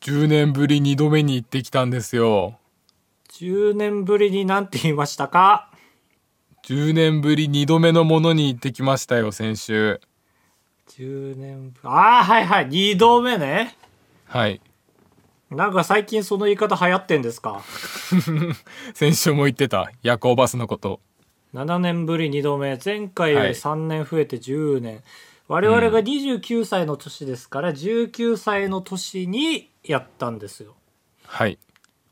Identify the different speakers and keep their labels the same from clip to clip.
Speaker 1: 10年ぶり2度目に行ってきたんですよ。
Speaker 2: 10年ぶりになんて言いましたか
Speaker 1: 10年ぶり2度目のものに行ってきましたよ、先週。
Speaker 2: ?10 年ぶああ、はいはい。2度目ね。
Speaker 1: はい。
Speaker 2: なんか最近その言い方流行ってんですか
Speaker 1: 先週も言ってた、夜行バスのこと。
Speaker 2: ?7 年ぶり2度目。前回より
Speaker 1: はい
Speaker 2: 3年増えて10年。我々が29歳の年ですから、19歳の年にやったんですよ。
Speaker 1: はい。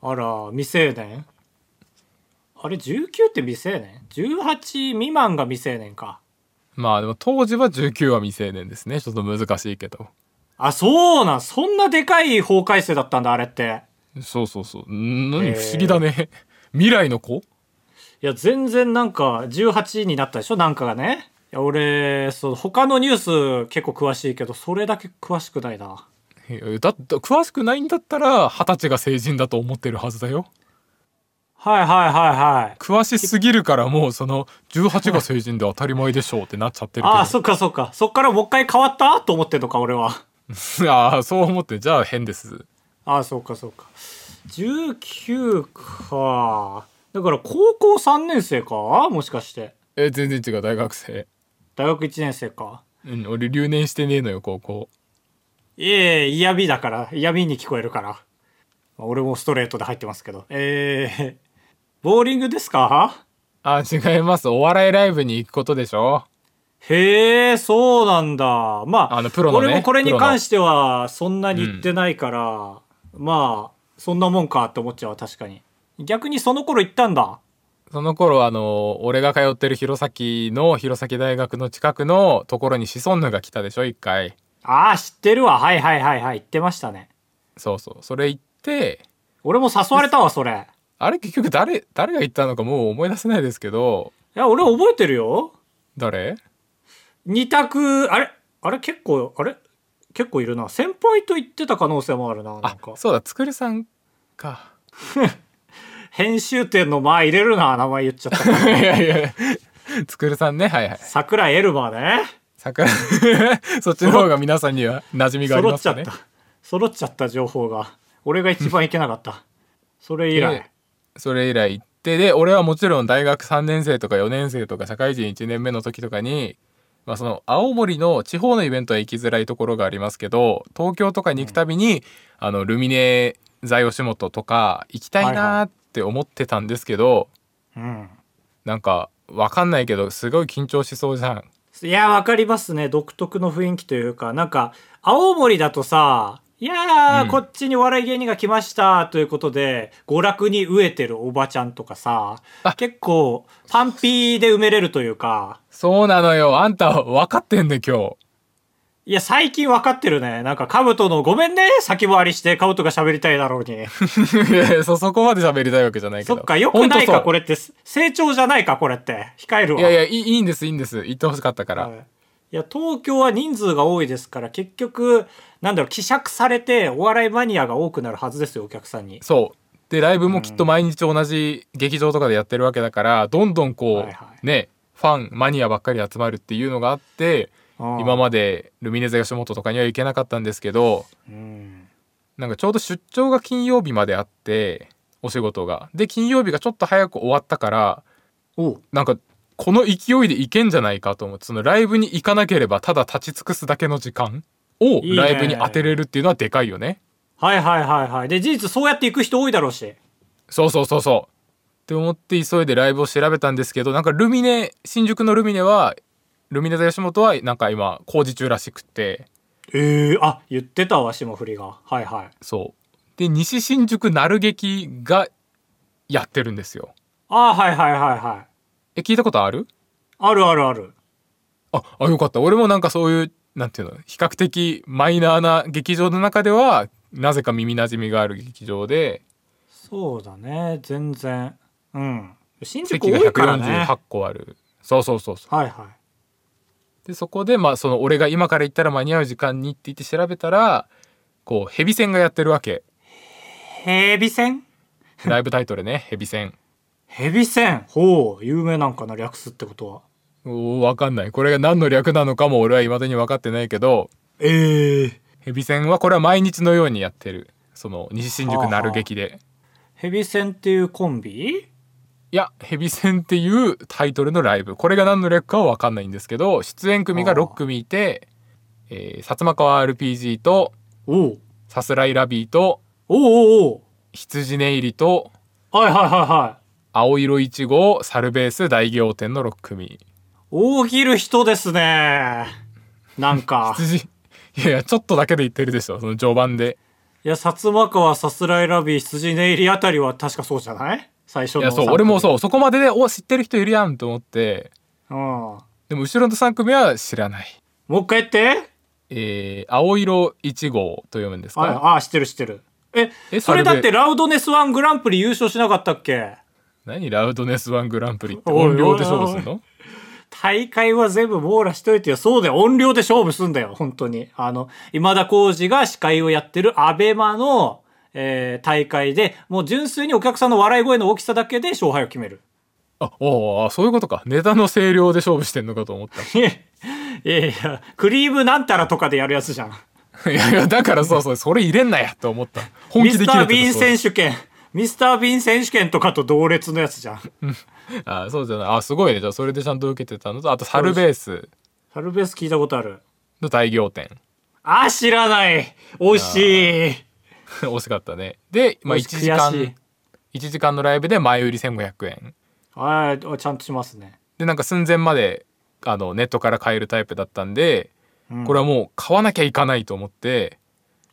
Speaker 2: あら、未成年あれ、19って未成年 ?18 未満が未成年か。
Speaker 1: まあでも当時は19は未成年ですね。ちょっと難しいけど。
Speaker 2: あ、そうなん。そんなでかい法改正だったんだ、あれって。
Speaker 1: そうそうそう。ん何
Speaker 2: えー
Speaker 1: 不思議だね。未来の子
Speaker 2: いや、全然なんか、18になったでしょなんかがね。いや、俺、そう、他のニュース結構詳しいけど、それだけ詳しくないな。
Speaker 1: えだって詳しくないんだったら二十歳が成人だと思ってるはずだよ。
Speaker 2: はいはい はいはい。
Speaker 1: 詳しすぎるからもうその18が成人で当たり前でしょうってなっちゃってるけど
Speaker 2: ああ、そっかそっか。そっからもう一回変わったと思ってんのか、俺は。
Speaker 1: ああそう思ってじゃあ変です
Speaker 2: ああ、そっかそっか。19か。だから、高校3年生かもしかして。
Speaker 1: え全然違う大学生、
Speaker 2: 大学1年生か。
Speaker 1: うん、俺留年してねえのよ高校
Speaker 2: いえいえ、嫌味だから、嫌味に聞こえるから。まあ俺もストレートで入ってますけど。えー、ボーリングですか
Speaker 1: あ違いますお笑いライブに行くことでしょ
Speaker 2: へえ、そうなんだ。まあ、
Speaker 1: あのプロのね
Speaker 2: 俺もこれに
Speaker 1: プロの
Speaker 2: 関しては、そんなに言ってないから、まあ、そんなもんかって思っちゃうわ、確かに。逆にその頃行ったんだ。
Speaker 1: その頃あの俺が通ってる弘前の弘前大学の近くのところにシソンヌが来たでしょ一回
Speaker 2: ああ、知ってるわ。はいはいはいはい。行ってましたね。
Speaker 1: そうそうそれ行って
Speaker 2: 俺も誘われたわ、それ。
Speaker 1: あれ結局誰誰が行ったのかもう思い出せないですけど
Speaker 2: いや、俺覚えてるよ。
Speaker 1: 誰
Speaker 2: 二択、あれあれ結構、あれ結構いるな。先輩と行ってた可能性もあるな。なん
Speaker 1: あ
Speaker 2: か。
Speaker 1: そうだつくるさんか
Speaker 2: 編集点の前入れるな、名前言っちゃったから。
Speaker 1: いやいやつくるさんねはいはい
Speaker 2: 桜井エルマーね。
Speaker 1: 桜 そっちの方が皆さんには馴染みがあり
Speaker 2: 揃
Speaker 1: ま
Speaker 2: っ
Speaker 1: す
Speaker 2: ち
Speaker 1: か
Speaker 2: ゃっ
Speaker 1: ね
Speaker 2: た揃っちゃった情報が俺が一番いけなかったそれ以来
Speaker 1: でそれ以来行ってで俺はもちろん大学3年生とか4年生とか社会人1年目の時とかに、まあ、その青森の地方のイベントは行きづらいところがありますけど東京とかに行くたびに、あのルミネ在吉本とか行きたいなーって思ってたんですけど、
Speaker 2: うん
Speaker 1: なんかわかんないけどすごい緊張しそうじゃん。
Speaker 2: いやわかりますね独特の雰囲気というかなんか青森だとさ「いやー、
Speaker 1: うん
Speaker 2: こっちにお笑い芸人が来ました」ということで娯楽に飢えてるおばちゃんとかさ
Speaker 1: あ
Speaker 2: 結構パンピーで埋めれるというか
Speaker 1: そうなのよあんた分かってんね今日。
Speaker 2: いや最近分かってるねなんかカブトの「ごめんね先回りしてカブトが喋りたいだろ うに」
Speaker 1: いやいやそそこまで喋りたいわけじゃないけ
Speaker 2: そ
Speaker 1: ど
Speaker 2: っかよくない
Speaker 1: ほんとそ
Speaker 2: か
Speaker 1: う
Speaker 2: これって成長じゃないかこれって控えるわ
Speaker 1: いやいやいいいいんですいいんです言ってほしかったから、
Speaker 2: はい、いや東京は人数が多いですから結局なんだろう希釈されてお笑いマニアが多くなるはずですよお客さんに
Speaker 1: そうでライブもきっと毎日同じ劇場とかでやってるわけだからどんどんこう、
Speaker 2: はいはい
Speaker 1: ねファンマニアばっかり集まるっていうのがあって今
Speaker 2: ま
Speaker 1: までルミネザ吉本とかには行けなかったんですけど
Speaker 2: うん
Speaker 1: なんかちょうど出張が金曜日まであってお仕事がで金曜日がちょっと早く終わったから
Speaker 2: おう
Speaker 1: なんかこの勢いで行けんじゃないかと思ってそのライブに行かなければただ立ち尽くすだけの時間を
Speaker 2: いいね
Speaker 1: ライブに当てれるっていうのはでかいよね。
Speaker 2: はいはいはいはいで事実そうやって行く人多いだろうし
Speaker 1: そうそうそうそう。って思って急いでライブを調べたんですけどなんかルミネ新宿のルミネはルミネ座吉本はなんか今工事中らしくて
Speaker 2: ええあ言ってたわ霜降りがはいはい
Speaker 1: そうで西新宿なる劇がやってるんですよ
Speaker 2: あはいはいはいはい
Speaker 1: え聞いたことある
Speaker 2: あるあるある
Speaker 1: ああよかった俺もなんかそういうなんていうの比較的マイナーな劇場の中ではなぜか耳なじみがある劇場で
Speaker 2: そうだね全然うん新宿
Speaker 1: 席が
Speaker 2: 多いからね
Speaker 1: 148個あるそうそうそうそう
Speaker 2: はいはい
Speaker 1: でそこでまあその俺が今から行ったら間に合う時間にって言って調べたらこうヘビ戦がやってるわけ
Speaker 2: ヘビ戦
Speaker 1: ライブタイトルねヘビ戦
Speaker 2: ヘビ戦ほう有名なんかな略すってことは
Speaker 1: おーわかんないこれが何の略なのかも俺はいまだに分かってないけど
Speaker 2: ええ
Speaker 1: ヘビ戦はこれは毎日のようにやってるその西新宿なる劇で
Speaker 2: ヘビ戦っていうコンビ
Speaker 1: いや「ヘビ戦」っていうタイトルのライブこれが何の略かは分かんないんですけど出演組が6組いて、えー、薩摩川 RPG と
Speaker 2: おう
Speaker 1: さすらいラビーと
Speaker 2: おうおう
Speaker 1: 羊寝入りと
Speaker 2: おうはいはいはいはい
Speaker 1: 青色いちごサルベース大仰天の6組
Speaker 2: 大切る人ですねな んか
Speaker 1: 羊いやいやちょっとだけで言ってるでしょその序盤で
Speaker 2: いや薩摩川さすらいラビー羊ネイリあたりは確かそうじゃない最初
Speaker 1: い
Speaker 2: の
Speaker 1: やそう
Speaker 2: さ
Speaker 1: 俺もそうそこまででお知ってる人いるやんと思って
Speaker 2: うんも
Speaker 1: でも後ろの3組は知らない。
Speaker 2: う一回言って
Speaker 1: えー、青色1号と読むんですか、
Speaker 2: あああ知ってる知ってるえ
Speaker 1: え
Speaker 2: それだっ
Speaker 1: サル
Speaker 2: てラウドネスワングランプリ優勝しなかったっけ
Speaker 1: 何ラウドネスワングランプリって
Speaker 2: おいおいおい
Speaker 1: 音量で勝負するの
Speaker 2: 大会は全部網羅しといてよ。そうだよ。音量で勝負すんだよ。本当に。あの、今田耕司が司会をやってるアベマの、えー大会で、もう純粋にお客さんの笑い声の大きさだけで勝敗を決める。
Speaker 1: あおうあそういうことかネタの声量で勝負してんのかと思っ
Speaker 2: いやいやいや、クリームなんたらとかでやるやつじゃん。
Speaker 1: た いやいやだから そうそうそれ入れんなやと思った本
Speaker 2: ミ
Speaker 1: 気
Speaker 2: ス
Speaker 1: で
Speaker 2: タ
Speaker 1: 切れ
Speaker 2: ー・
Speaker 1: て
Speaker 2: ビン
Speaker 1: たそれ
Speaker 2: 選手権。ミスター・ビン選手権とかと同列のやつじゃん。
Speaker 1: あそうじゃないあすごいねじゃあそれでちゃんと受けてたのとあとサルベース
Speaker 2: サルベース聞いたことある。
Speaker 1: の大仰 天
Speaker 2: あ、知らない。惜しい。
Speaker 1: 惜しかったねで、まあ、1
Speaker 2: 惜しい
Speaker 1: 時
Speaker 2: 悔し
Speaker 1: 間
Speaker 2: い
Speaker 1: 1時間のライブで前売り1500円
Speaker 2: はい、ちゃんとしますね。
Speaker 1: でなんか寸前まであのネットから買えるタイプだったんで、これはもう買わなきゃいかないと思って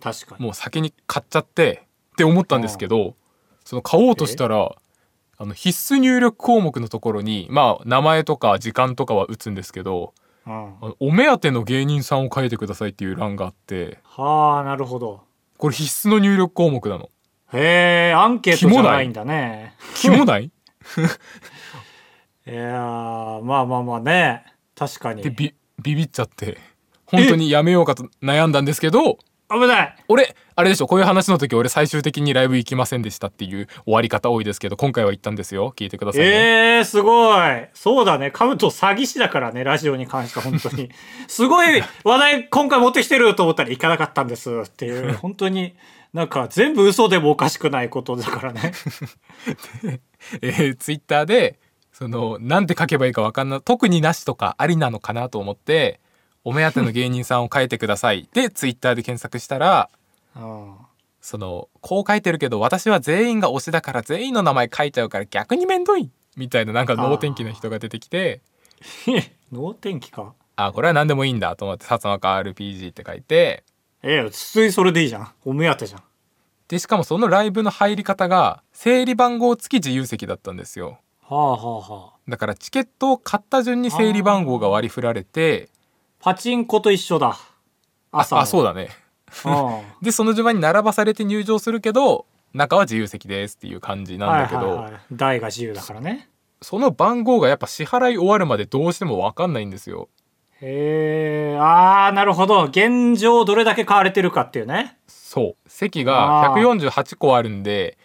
Speaker 2: 確かに。
Speaker 1: もう先に買っちゃってって思ったんですけどその買おうとしたらあの必須入力項目のところにまあ名前とか時間とかは打つんですけど
Speaker 2: うん。
Speaker 1: あのお目当ての芸人さんを書いてくださいっていう欄があって
Speaker 2: はあ、なるほど。
Speaker 1: これ必須の入力項目 なの。
Speaker 2: へえ、アンケートじゃないんだね。
Speaker 1: キモない
Speaker 2: いやー、まあまあまあね。確かに。
Speaker 1: で
Speaker 2: 危
Speaker 1: ビビビっちゃって本当にやめようかと悩んだんですけど
Speaker 2: ない
Speaker 1: 俺あれでしょこういう話の時俺最終的にライブ行きませんでしたっていう終わり方多いですけど今回は行ったんですよ聞いてくださいね、
Speaker 2: えー、すごい。そうだね。カブト詐欺師だからね、ラジオに関しては本当 に。すごい話題今回持ってきてると思ったら行かなかったんですって いう、本当に、なんか全部嘘でもおかしくないことだから ね。
Speaker 1: えー、ツイッターでそのなんて書けばいいかわかんない特になしとかありなのかなと思ってお目当ての芸人さんを書いてくださいでツイッターで検索したら
Speaker 2: うん。
Speaker 1: そのこう書いてるけど私は全員が推しだから全員の名前書いちゃうから逆にめんどいみたいななんか能天気な人が出てきて
Speaker 2: 能天気か。
Speaker 1: あこれは何でもいいんだと思って「薩摩川 RPG」って書いて
Speaker 2: ええ普通にそれでいいじゃん。お目当てじゃん。
Speaker 1: でしかもそのライブの入り方が整理番号付き自由席だったんですよ
Speaker 2: はあはあはあ。
Speaker 1: だからチケットを買った順に整理番号が割り振られて
Speaker 2: パチンコと一緒だ。朝
Speaker 1: あ
Speaker 2: の。
Speaker 1: そう
Speaker 2: だ。
Speaker 1: だね
Speaker 2: うん。
Speaker 1: でその順番に並ばされて入場するけど中は自由席ですっていう感じなんだけど、
Speaker 2: はいはいはい、台が自由だからね
Speaker 1: その番号がやっぱ支払い終わるまでどうしても分かんないんですよ
Speaker 2: へえあーなるほど現状どれだけ買われてるかっていうね
Speaker 1: そう席が
Speaker 2: あ
Speaker 1: 148個あるんで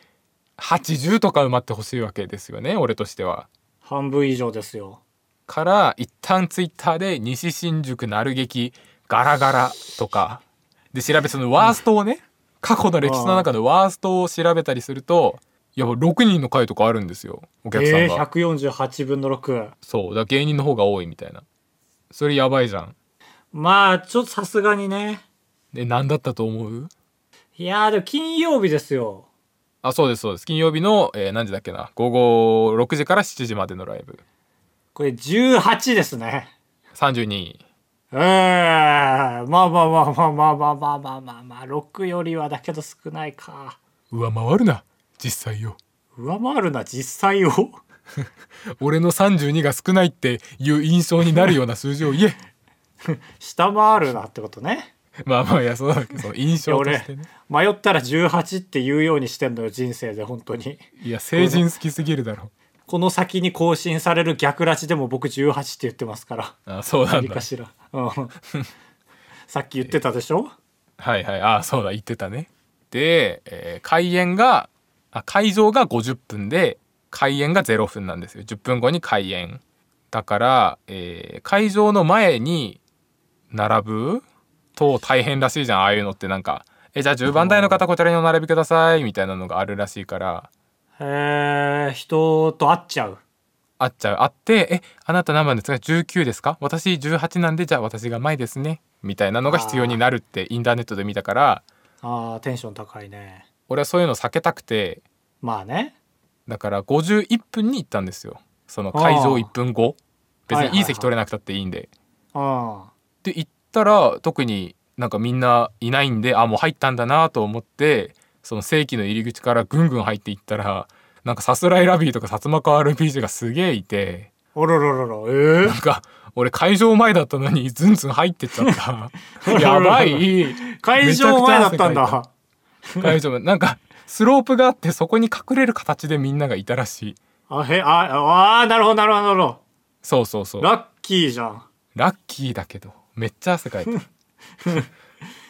Speaker 1: 80とか埋まってほしいわけですよね俺としては。
Speaker 2: 半分以上ですよ
Speaker 1: から一旦ツイッターで西新宿なる劇ガラガラとかで調べそのワーストをね過去の歴史の中のワーストを調べたりするとやっぱ6人の回とかあるんですよお
Speaker 2: え
Speaker 1: 客さん
Speaker 2: ー
Speaker 1: が、
Speaker 2: 148分の6
Speaker 1: そうだから芸人の方が多いみたいなそれやばいじゃん
Speaker 2: まあちょっとさすがにね
Speaker 1: で何だったと思う
Speaker 2: いやーでも金曜日ですよ
Speaker 1: あそうですそうです金曜日の、えー何時だっけな午後6時から7時までのライブ
Speaker 2: これ18ですね
Speaker 1: 32位
Speaker 2: ええまあまあまあまあまあまあまあまあまあまあ6よりはだけど少ないか
Speaker 1: 上回るな実際よ
Speaker 2: 上回るな実際を
Speaker 1: 俺の32が少ないっていう印象になるような数字を言え
Speaker 2: 下回るなってことね
Speaker 1: まあまあいやそうだけどその印
Speaker 2: いや
Speaker 1: 象と
Speaker 2: 俺
Speaker 1: してね
Speaker 2: 迷ったら18って言うようにしてんのよ人生で本当に
Speaker 1: いや成人好きすぎるだろ
Speaker 2: この先に更新される逆ラジでも僕18って言ってますから
Speaker 1: あそうなん
Speaker 2: 何
Speaker 1: だ
Speaker 2: かしら、うん、 さっき言ってたでしょ
Speaker 1: はいはいあそうだ言ってたねで、えー開演があ会場が50分で開演が0分なんですよ10分後に開演だから、えー会場の前に並ぶと大変らしいじゃんああいうのってなんかえじゃあ10番台の方こちらにお並びくださいみたいなのがあるらしいから
Speaker 2: へえ、人と会っちゃう。
Speaker 1: あっちゃうあってえあなた何番ですか19ですか私18なんでじゃあ私が前ですねみたいなのが必要になるってインターネットで見たから
Speaker 2: ああ、テンション高いね。
Speaker 1: 俺はそういうの避けたくて
Speaker 2: まあね。
Speaker 1: だから51分に行ったんですよその会場
Speaker 2: あー
Speaker 1: 1分後別
Speaker 2: はいはいはい
Speaker 1: にいい席取れなくたっていいんで、
Speaker 2: うん。
Speaker 1: で行ったら特になんかみんないないんであもう入ったんだなと思ってその正規の入り口からぐんぐん入っていったらなんかさすらいラビーとか薩摩川 RPG がすげえいて
Speaker 2: おろろろろ、え
Speaker 1: なんか俺会場前だったのにズンズン入ってっちゃったやばい
Speaker 2: え会場前だったんだ。
Speaker 1: 会場前なんかスロープがあってそこに隠れる形でみんながいたらしい
Speaker 2: あ、へ、あ、あー、なるほど、なるほど、なるほ
Speaker 1: そうそうそう
Speaker 2: ど。ラッキーじゃん。
Speaker 1: ラッキーだけどめっちゃ汗かいたい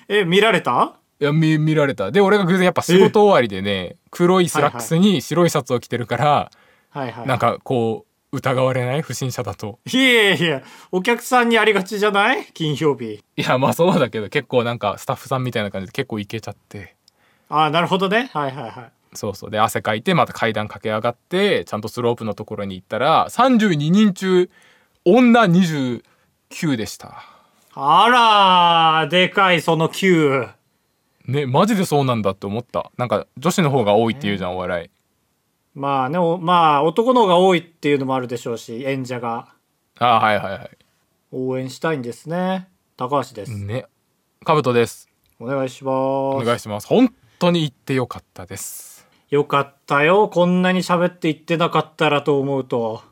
Speaker 2: え、見られた
Speaker 1: や見見られたで俺が偶然やっぱ仕事終わりでね黒いスラックスに白いシャツを着てるから、
Speaker 2: はいはい。
Speaker 1: なんかこう疑われない不審者だと
Speaker 2: いえいえ、お客さんにありがちじゃない金曜日。
Speaker 1: いやまあそうだけど結構なんかスタッフさんみたいな感じで結構いけちゃって
Speaker 2: ああ、なるほどね。はいはいはい。
Speaker 1: そうそうで汗かいてまた階段駆け上がってちゃんとスロープのところに行ったら32人中女29でした
Speaker 2: あらー、でかい、その Q。
Speaker 1: ねマジでそうなんだって思ったなんか女子の方が多いって言うじゃんお笑い
Speaker 2: まあね、おまあ、男の方が多いっていうのもあるでしょうし、演者が
Speaker 1: あーはいはいは
Speaker 2: 応援したいんですね。高橋です。
Speaker 1: いねかぶとです
Speaker 2: お願いし
Speaker 1: お
Speaker 2: ます。
Speaker 1: 願いします本当に行ってよかったです
Speaker 2: よかったよ。こんなに喋って言ってなかったらと思うと。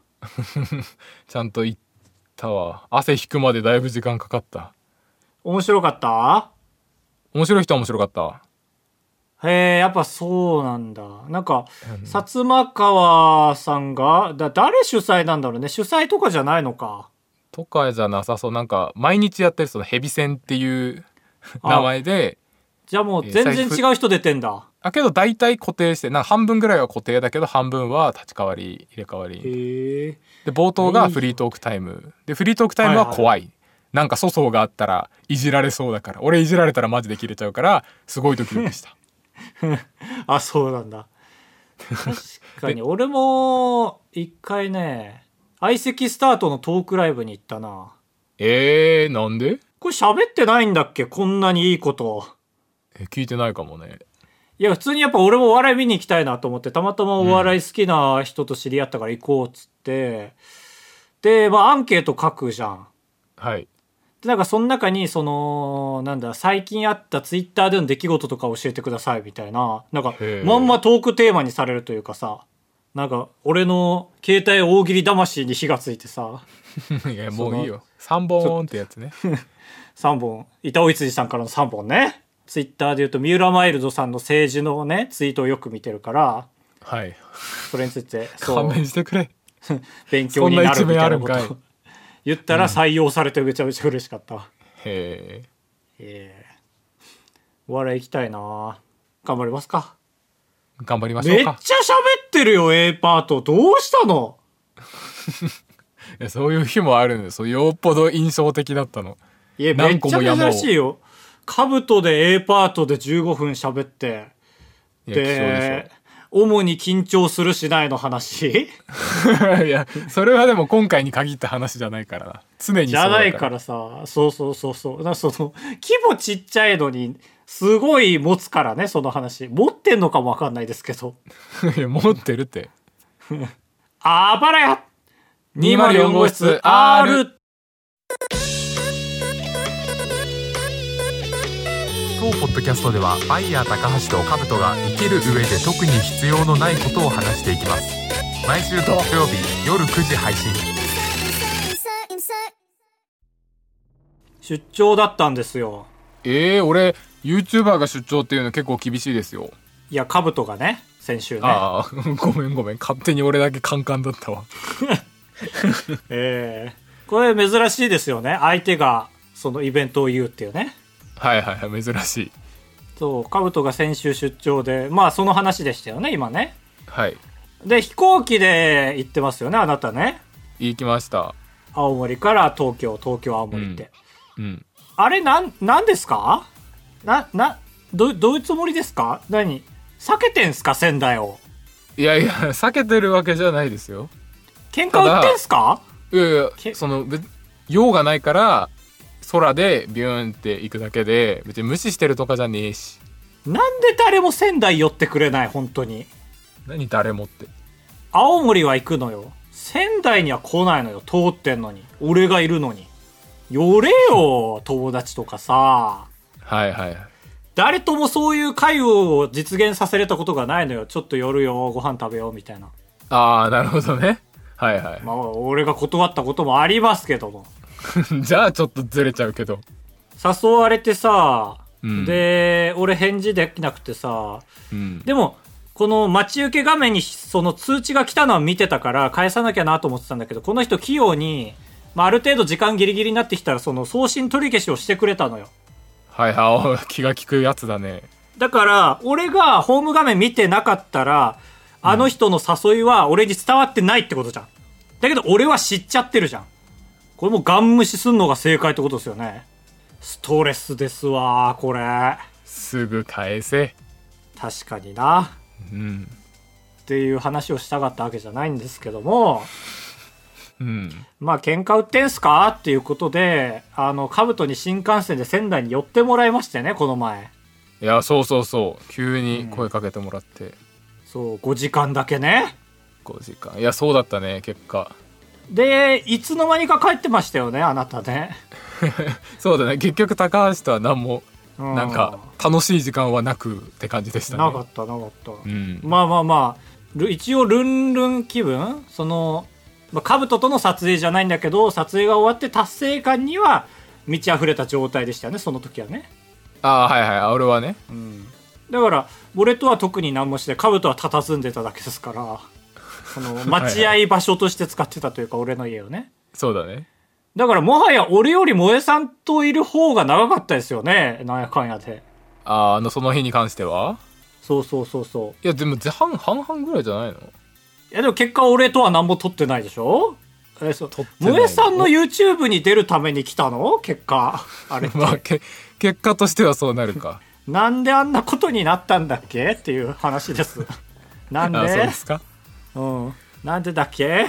Speaker 1: ちゃんと行ったわ汗引くまでだいぶ時間かかった
Speaker 2: 面白かった
Speaker 1: 面白い人は面白かったわ
Speaker 2: へえ、やっぱそうなんだ。なんか、薩摩川さんが、だ、誰主催なんだろうね。主催とかじゃないのか。
Speaker 1: とかじゃなさそうなんか毎日やってるそのヘビ戦っていう
Speaker 2: あ
Speaker 1: 名前で
Speaker 2: じゃあもう全然違う人出てんだ。
Speaker 1: あけど大体固定してなんか半分ぐらいは固定だけど半分は立ち替わり入れ替わり
Speaker 2: へえ。
Speaker 1: で冒頭がフリートークタイムでフリートークタイムは怖い、なんか粗相があったらいじられそうだから俺いじられたらマジで切れちゃうからすごいドキドキした
Speaker 2: あ、そうなんだ。確かに、俺も、一回ね、相席スタートのトークライブに行ったな。
Speaker 1: えー、なんで
Speaker 2: これ喋ってないんだっけこんなにいいこと。
Speaker 1: え聞いてないかもね
Speaker 2: いや、普通にやっぱ俺もお笑い見に行きたいなと思って、たまたまお笑い好きな人と知り合ったから行こうっつって、で、まあアンケート書くじゃん。
Speaker 1: はい
Speaker 2: で、なんかその中に、その、なんだ、最近あったツイッターでの出来事とか教えてくださいみたいな、なんか
Speaker 1: へ、え
Speaker 2: まんまトークテーマにされるというかさ、なんか、俺の携帯大喜利魂に火がついてさ、
Speaker 1: いやもういいよ3本ってやつね
Speaker 2: 3本、板尾辻さんからの3本ね。ツイッターで言うと、三浦マイルドさんの政治のね、ツイートをよく見てるから、
Speaker 1: はい
Speaker 2: それについて、そう
Speaker 1: 勘弁してくれ
Speaker 2: 勉強になるみたいなこと
Speaker 1: そんな一面あるんか
Speaker 2: を言ったら採用されてめちゃめちゃ嬉しかった、
Speaker 1: へー
Speaker 2: ええお笑い行きたいな頑張りますか
Speaker 1: 頑張りましょ
Speaker 2: めっ
Speaker 1: う
Speaker 2: ちゃ喋
Speaker 1: か
Speaker 2: ってるよ A パートどうしたの
Speaker 1: いやそういう日もあるんですよよっぽど印象的だったの
Speaker 2: いやめっ
Speaker 1: 何個
Speaker 2: ち
Speaker 1: も
Speaker 2: ゃ
Speaker 1: 山を
Speaker 2: 珍しいよカブトで A パートで15分喋って
Speaker 1: いや貴重
Speaker 2: で主に緊張するしない の話
Speaker 1: でしょ いやそれはでも今回に限った話じゃないからな常に
Speaker 2: じ
Speaker 1: そうだ
Speaker 2: ゃないかららさそうそうそうそうだからその規模ちっちゃいのにすごい持つからねその話持ってんのかもわかんないですけど
Speaker 1: いや持ってるって
Speaker 2: あばらや
Speaker 1: 204号室 R 当ポッドキャストではバイヤー高橋とカブトが生きる上で特に必要のないことを話していきます毎週土曜日夜9時配信
Speaker 3: insert, insert.
Speaker 2: 出張だったんですよ
Speaker 1: えー、俺 YouTuber が出張っていうの結構厳しいですよ
Speaker 2: いやカブトがね先週ね
Speaker 1: ああ ごめんごめん勝手に俺だけカンカンだったわ
Speaker 2: えーこれ珍しいですよね相手がそのイベントを言うっていうね
Speaker 1: はいはいはい珍しい
Speaker 2: そうカブトが先週出張でまあその話でしたよね今ね
Speaker 1: はい
Speaker 2: で飛行機で行ってますよねあなたね
Speaker 1: 行きました
Speaker 2: 青森から東京東京青森って、
Speaker 1: うん
Speaker 2: あれなんなんですかななど、どういうつもりですか何避けてんすか仙台を。
Speaker 1: いやいや避けてるわけじゃないですよ
Speaker 2: 喧嘩売ってんすか
Speaker 1: いやいや
Speaker 2: け
Speaker 1: そのべ用がないから空でビューンって行くだけで別に無視してるとかじゃねえし
Speaker 2: なんで誰も仙台寄ってくれない本当に。
Speaker 1: 何誰もって
Speaker 2: 青森は行くのよ。仙台には来ないのよ。通ってんのに。俺がいるのに。寄れよ、友達とかさ。
Speaker 1: はいはいはい
Speaker 2: 誰ともそういう会を実現させれたことがないのよ。ちょっと寄るよ、ご飯食べよう、みたいな。
Speaker 1: ああなるほどねはいはい、
Speaker 2: まあ、俺が断ったこともありますけども。
Speaker 1: じゃあちょっとずれちゃうけど
Speaker 2: 誘われてさ、
Speaker 1: うん
Speaker 2: で、俺返事できなくてさ、
Speaker 1: うん
Speaker 2: でも、この待ち受け画面にその通知が来たのは見てたから返さなきゃなと思ってたんだけど、この人器用に、まあ、ある程度時間ギリギリになってきたらその送信取り消しをしてくれたのよ。
Speaker 1: はいはいお気が利くやつだね
Speaker 2: だから、俺がホーム画面見てなかったら、あの人の誘いは俺に伝わってないってことじゃん。だけど俺は知っちゃってるじゃん。これもうガン無視すんのが正解ってことですよね。ストレスですわこれ。
Speaker 1: すぐ返せ
Speaker 2: 確かにな。
Speaker 1: うん
Speaker 2: っていう話をしたかったわけじゃないんですけども、
Speaker 1: うん
Speaker 2: まあ喧嘩売ってんすかっていうことで、あの、兜に新幹線で仙台に寄ってもらいましてね、この前。
Speaker 1: いやそうそうそう急に声かけてもらって、
Speaker 2: そう、5時間だけね。
Speaker 1: 5時間いやそうだったね結果
Speaker 2: で、いつの間にか帰ってましたよね、あなたね。
Speaker 1: そうだね結局高橋とは何も
Speaker 2: う
Speaker 1: なんか楽しい時間はなくって感じでしたね
Speaker 2: なかったなかった、
Speaker 1: うん
Speaker 2: まあまあまあル一応ルンルン気分その、まあ、兜との撮影じゃないんだけど撮影が終わって達成感には満ち溢れた状態でしたよねその時はね
Speaker 1: ああーはいはいあ俺はね
Speaker 2: だから俺とは特に何もして兜は佇んでただけですから その待合場所として使ってたというか俺の家をね
Speaker 1: そうだね
Speaker 2: だからもはや俺より萌えさんといる方が長かったですよねなんやかんやで
Speaker 1: あーあのその日に関しては
Speaker 2: そうそうそうそう
Speaker 1: いやでもぜ半半々ぐらいじゃないの
Speaker 2: いやでも結果俺とは何も撮ってないでしょえそう
Speaker 1: 撮ってない
Speaker 2: 萌えさんの YouTube に出るために来たの結果あれっ て、
Speaker 1: まあけ結果としてはそうなるか
Speaker 2: なんであんなことになったんだっけっていう話ですなん
Speaker 1: あーそう
Speaker 2: で
Speaker 1: ですか
Speaker 2: うんなんでだっけ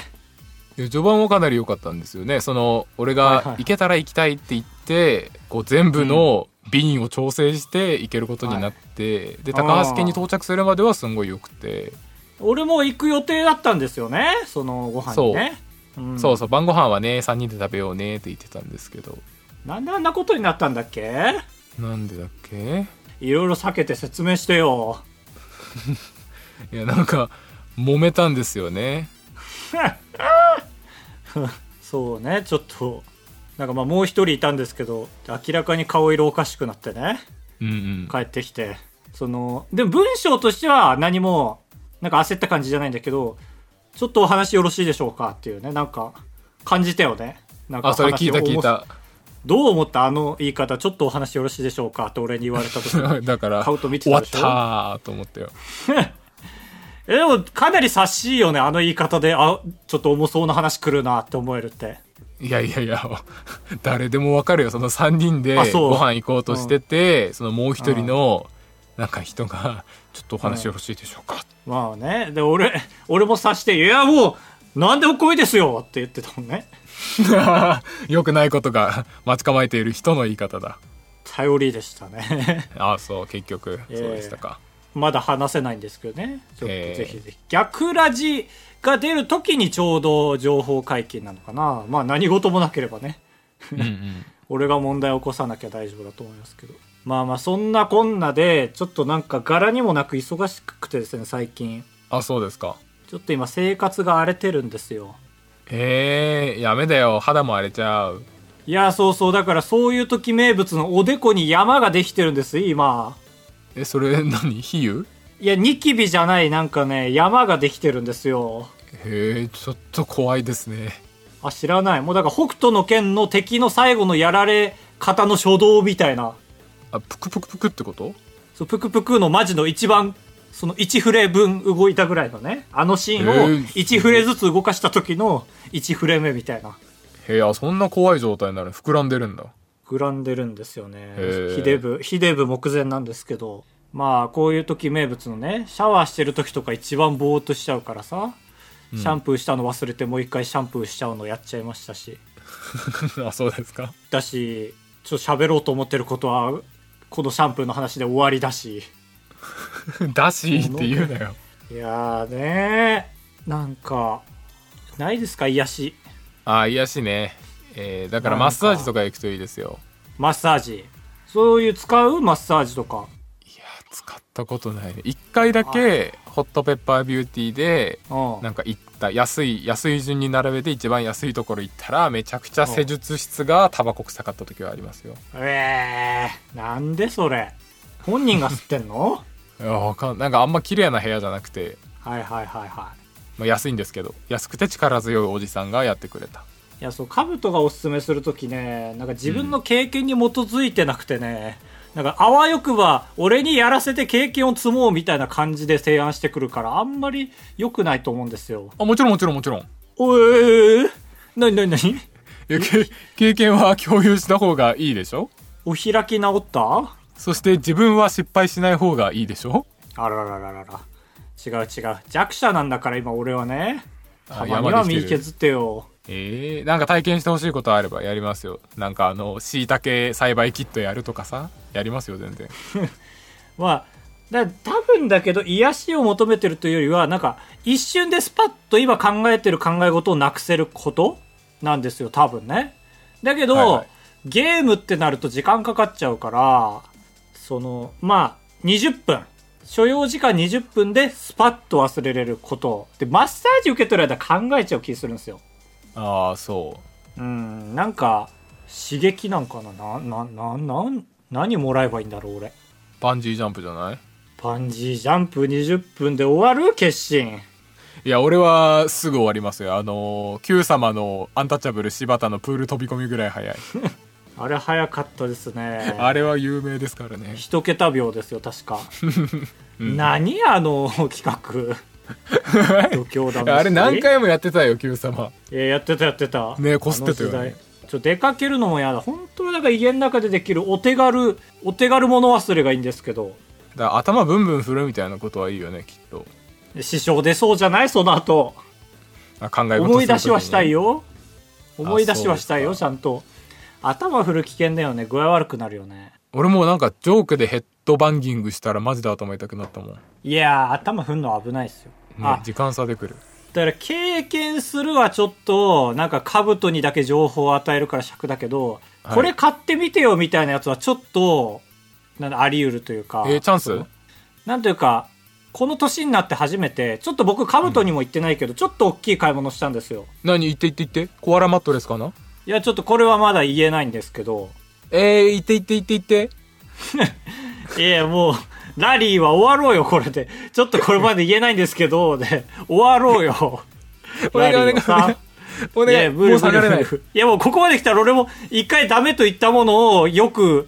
Speaker 1: いや序盤もかなり良かったんですよねその俺
Speaker 2: はいはい
Speaker 1: が行けたら行きたいって言ってこう全部の便を調整して行けることになって、で高橋家に到着するまではすごい良くて、
Speaker 2: 俺も行く予定だったんですよねそのご飯にねうん
Speaker 1: そうそう晩ご飯はね3人で食べようねって言ってたんですけど
Speaker 2: なんであんなことになったんだっけ
Speaker 1: なんでだっけ
Speaker 2: いろいろ避けて説明してよ
Speaker 1: いやなんか揉めたんですよね
Speaker 2: そうねちょっとなんかまあもう一人いたんですけど明らかに顔色おかしくなってね
Speaker 1: うんうん
Speaker 2: 帰ってきてそのでも文章としては何もなんか焦った感じじゃないんだけどちょっとお話よろしいでしょうかっていうねなんか感じたよねなんか
Speaker 1: あそれ聞いた
Speaker 2: 話を
Speaker 1: 聞いた
Speaker 2: どう思ったあの言い方ちょっとお話よろしいでしょうかって俺に言われ た時
Speaker 1: だから
Speaker 2: 顔と見て
Speaker 1: 終
Speaker 2: た
Speaker 1: わ
Speaker 2: で
Speaker 1: っ
Speaker 2: しょ
Speaker 1: たーと思ったよ
Speaker 2: えでもかなり察しいよねあの言い方であちょっと重そうな話来るなって思えるって
Speaker 1: いやいやい や誰でもわかるよその3人で
Speaker 2: あそう
Speaker 1: ご飯行こうとしててそのもう一人のなんか人が「ちょっとお話よろしいでしょうか」
Speaker 2: まあねで俺俺も察して「いやもう何でも来いですよ」って言ってたもんね
Speaker 1: よくないことが待ち構えている人の言い方だ
Speaker 2: 頼りでしたね
Speaker 1: ああそう結局
Speaker 2: ええ
Speaker 1: そうでした か、
Speaker 2: まだ話せないんですけどね。ちょっと
Speaker 1: えー
Speaker 2: ぜひぜひ。逆ラジが出るときにちょうど情報解禁なのかな。まあ何事もなければね。
Speaker 1: うんうん
Speaker 2: 俺が問題を起こさなきゃ大丈夫だと思いますけど。まあまあそんなこんなで、ちょっとなんか柄にもなく忙しくてですね、最近。
Speaker 1: あそうですか
Speaker 2: ちょっと今生活が荒れてるんですよ。
Speaker 1: ええやめだよ肌も荒れちゃう
Speaker 2: いや、そうそう。だからそういう時名物のおでこに山ができてるんです、今。
Speaker 1: えそれ何比喩
Speaker 2: いや、ニキビじゃないなんかね、山ができてるんですよ。
Speaker 1: へえちょっと怖いですね
Speaker 2: あ、知らない。もうだから北斗の剣の敵の最後のやられ方の初動みたいな。
Speaker 1: あプクプクプクってこと
Speaker 2: そう、ぷくぷくのマジの一番、その1フレ分動いたぐらいのね。あのシーンを
Speaker 1: へー
Speaker 2: 1フレずつ動かした時の1フレ目みたいな。
Speaker 1: へえあそんな怖い状態になる膨らんでるんだ
Speaker 2: 膨らんでるんですよね
Speaker 1: へえ
Speaker 2: ヒデブヒデブ目前なんですけどまあこういう時名物のねシャワーしてる時とか一番ぼーっとしちゃうからさシャンプーしたの忘れてもう一回シャンプーしちゃうのやっちゃいましたし
Speaker 1: あそうですか
Speaker 2: だしちょっと喋ろうと思ってることはこのシャンプーの話で終わりだし
Speaker 1: だしって言うなよ
Speaker 2: いやーねーなんかないですか癒し
Speaker 1: あ癒やしね、えーだからマッサージとか行くといいですよ
Speaker 2: マッサージそういう使うマッサージとか
Speaker 1: いや使ったことないね一回だけホットペッパービューティーで
Speaker 2: うん
Speaker 1: なんか行った安い安い順に並べて一番安いところ行ったらめちゃくちゃ施術室がタバコ臭かった時はありますよ
Speaker 2: えー、なんでそれ本人が吸ってんの
Speaker 1: いやわかんなんかあんま綺麗な部屋じゃなくて、
Speaker 2: はいはいはいは
Speaker 1: まあ、安いんですけど安くて力強いおじさんがやってくれた
Speaker 2: いいやそうカブトがおすすめするときねなんか自分の経験に基づいてなくてね、なんかあわよくば俺にやらせて経験を積もうみたいな感じで提案してくるからあんまり良くないと思うんですよ
Speaker 1: あもちろんもちろんもちろんい
Speaker 2: おえー、なになになに
Speaker 1: やけ経験は共有した方がいいでしょ
Speaker 2: お開き直った
Speaker 1: そして自分は失敗しない方がいいでしょ
Speaker 2: あららららら。違う違う。弱者なんだから今俺はね。
Speaker 1: あ
Speaker 2: たまには
Speaker 1: 山で
Speaker 2: 身
Speaker 1: 来てる
Speaker 2: 削ってよ。
Speaker 1: えー、なんか体験してほしいことあればやりますよなんかあのしいたけ栽培キットやるとかさやりますよ全然
Speaker 2: まあ、だ多分だけど癒しを求めてるというよりは、なんか一瞬でスパッと今考えてる考え事をなくせることなんですよ、多分ね。だけど、
Speaker 1: はいはい
Speaker 2: ゲームってなると時間かかっちゃうから、その、まあ、20分。所要時間20分でスパッと忘れれること。で、マッサージ受け取る間考えちゃう気するんですよ。
Speaker 1: ああそ
Speaker 2: うん、なんか刺激なんかなななななん何もらえばいいんだろう俺
Speaker 1: うバンジージャンプじゃない
Speaker 2: バンジージャンプ20分で終わる決心
Speaker 1: いや俺はすぐ終わりますよあのー Q 様のアンタッチャブル柴田のプール飛び込みぐらい早い
Speaker 2: あれ早かったですね
Speaker 1: あれは有名ですからね
Speaker 2: 一桁秒ですよ 確か、何あの企画度胸だ
Speaker 1: あれ何回もやってたよ Q 様
Speaker 2: ややってたやってた
Speaker 1: ねこすってたよね
Speaker 2: あの時代ちょっと出かけるのもやだ本当はだから家の中でできるお手軽お手軽物忘れがいいんですけど
Speaker 1: だから頭ブンブン振るみたいなことはいいよねきっと
Speaker 2: 師匠出そうじゃないその後
Speaker 1: あ考え事する時に
Speaker 2: 思い出しはしたいよ思い出しはしたい
Speaker 1: あ
Speaker 2: よちゃんと頭振る危険だよね具合悪くなるよね
Speaker 1: 俺もうなんかジョークでヘッドバンギングしたらマジで頭痛くなったもん、ね、
Speaker 2: いやー頭振るの危ないっすよ、あ
Speaker 1: 時間差でくる
Speaker 2: だから経験するはちょっとなんか兜にだけ情報を与えるから尺だけど、
Speaker 1: はい
Speaker 2: これ買ってみてよみたいなやつはちょっとなんだあり得るというか
Speaker 1: えーチャンス
Speaker 2: なんというかこの年になって初めてちょっと僕兜にも行ってないけど、ちょっと大きい買い物したんですよ
Speaker 1: 何言って言って言ってコアラマットレスかない
Speaker 2: やちょっとこれはまだ言えないんですけど
Speaker 1: えー、言って言って言って言って
Speaker 2: いや、もう、ラリーは終わろうよ、これで。ちょっとこれまで言えないんですけど、で、終わ ろうよ。
Speaker 1: お願いお願い
Speaker 2: ラリーをさ
Speaker 1: お
Speaker 2: い
Speaker 1: 願い
Speaker 2: や、無
Speaker 1: も
Speaker 2: 理
Speaker 1: う下がれな
Speaker 2: 無
Speaker 1: い
Speaker 2: 理無理 いや、もうここまで来たら俺も、一回ダメと言ったものをよく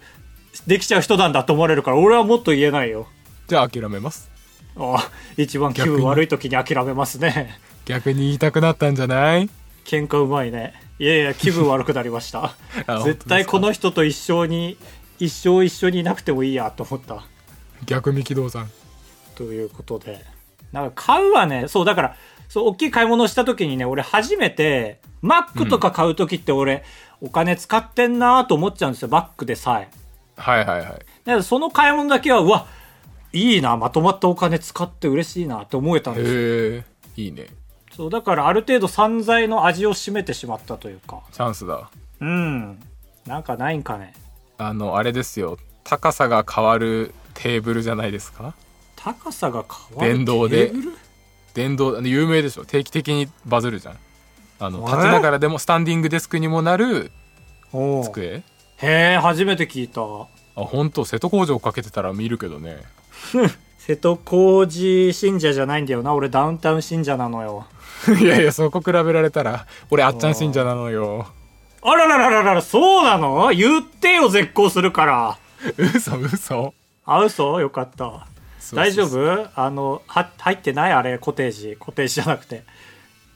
Speaker 2: できちゃう人なんだと思われるから、俺はもっと言えないよ。
Speaker 1: じゃあ諦めます
Speaker 2: あ一番気分悪い時に諦めま すね。
Speaker 1: 逆に言いたくなったんじゃない
Speaker 2: 喧嘩うまいね。いやいや、気分悪くなりました。
Speaker 1: あ本当です
Speaker 2: 絶
Speaker 1: か
Speaker 2: 対この人と一生に、一生一緒にいなくてもいいや、と思った。
Speaker 1: 逆三木道さん
Speaker 2: ということで。なんか買うはね、そう、だから、そう、大きい買い物をした時にね、俺初めて、マックとか買う時って俺、お金使ってんなーと思っちゃうんですよ、バックでさえ。
Speaker 1: はいはいはい
Speaker 2: だからその買い物だけは、うわ、いいな、まとまったお金使って嬉しいなって思えたんですよ。
Speaker 1: へえいいね
Speaker 2: そう、だからある程度散財の味を占めてしまったというか。
Speaker 1: チャンスだ
Speaker 2: うん。なんかないんかね。
Speaker 1: あのあれですよ高さが変わるテーブルじゃないですか
Speaker 2: 高さが変わる。
Speaker 1: 電動で
Speaker 2: テーブル
Speaker 1: 電動あの有名でしょ定期的にバズるじゃんあの
Speaker 2: え
Speaker 1: 立ちながらでもスタンディングデスクにもなる
Speaker 2: おう
Speaker 1: 机
Speaker 2: へえ、初めて聞いた。
Speaker 1: あ本当瀬戸工場かけてたら見るけどね
Speaker 2: 瀬戸康史信者じゃないんだよな俺ダウンタウン信者なのよ
Speaker 1: いやいや、そこ比べられたら、俺、あっちゃん信者なのよ。
Speaker 2: あららららららそうなの言ってよ絶交するから
Speaker 1: 嘘、嘘。
Speaker 2: あ嘘よかった
Speaker 1: そうそうそう
Speaker 2: 大丈夫あのは入ってないあれコテージコテージじゃなくて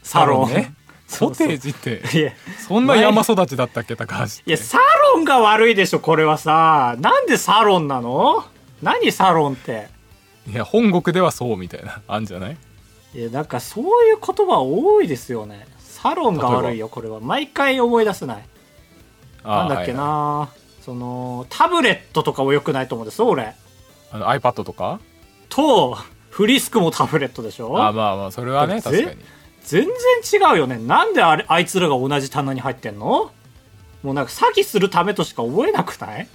Speaker 1: サ
Speaker 2: サ
Speaker 1: ロ
Speaker 2: ロ
Speaker 1: ン
Speaker 2: ン
Speaker 1: ね。コテージって
Speaker 2: いや
Speaker 1: そんな山育ちだったっけ高橋って
Speaker 2: いや、サロンが悪いでしょ、これはさ。なんでサロンなの何サロンって。
Speaker 1: いや本国ではそうみたいなあんじゃない
Speaker 2: いや、なんかそういう言葉多いですよね。サロンが悪いよ、これは。毎回思い出せない。
Speaker 1: あ
Speaker 2: な
Speaker 1: ー
Speaker 2: んだっけな、
Speaker 1: はい
Speaker 2: その、タブレットとかも良くないと思うんですよ、俺。
Speaker 1: はいあの iPad とか
Speaker 2: と、フリスクもタブレットでしょ
Speaker 1: あまあまあそれはね
Speaker 2: だっ
Speaker 1: 確
Speaker 2: て
Speaker 1: かに
Speaker 2: 全然違うよね。なんであれ、あいつらが同じ棚に入ってんのもうなんか詐欺するためとしか覚えなく ない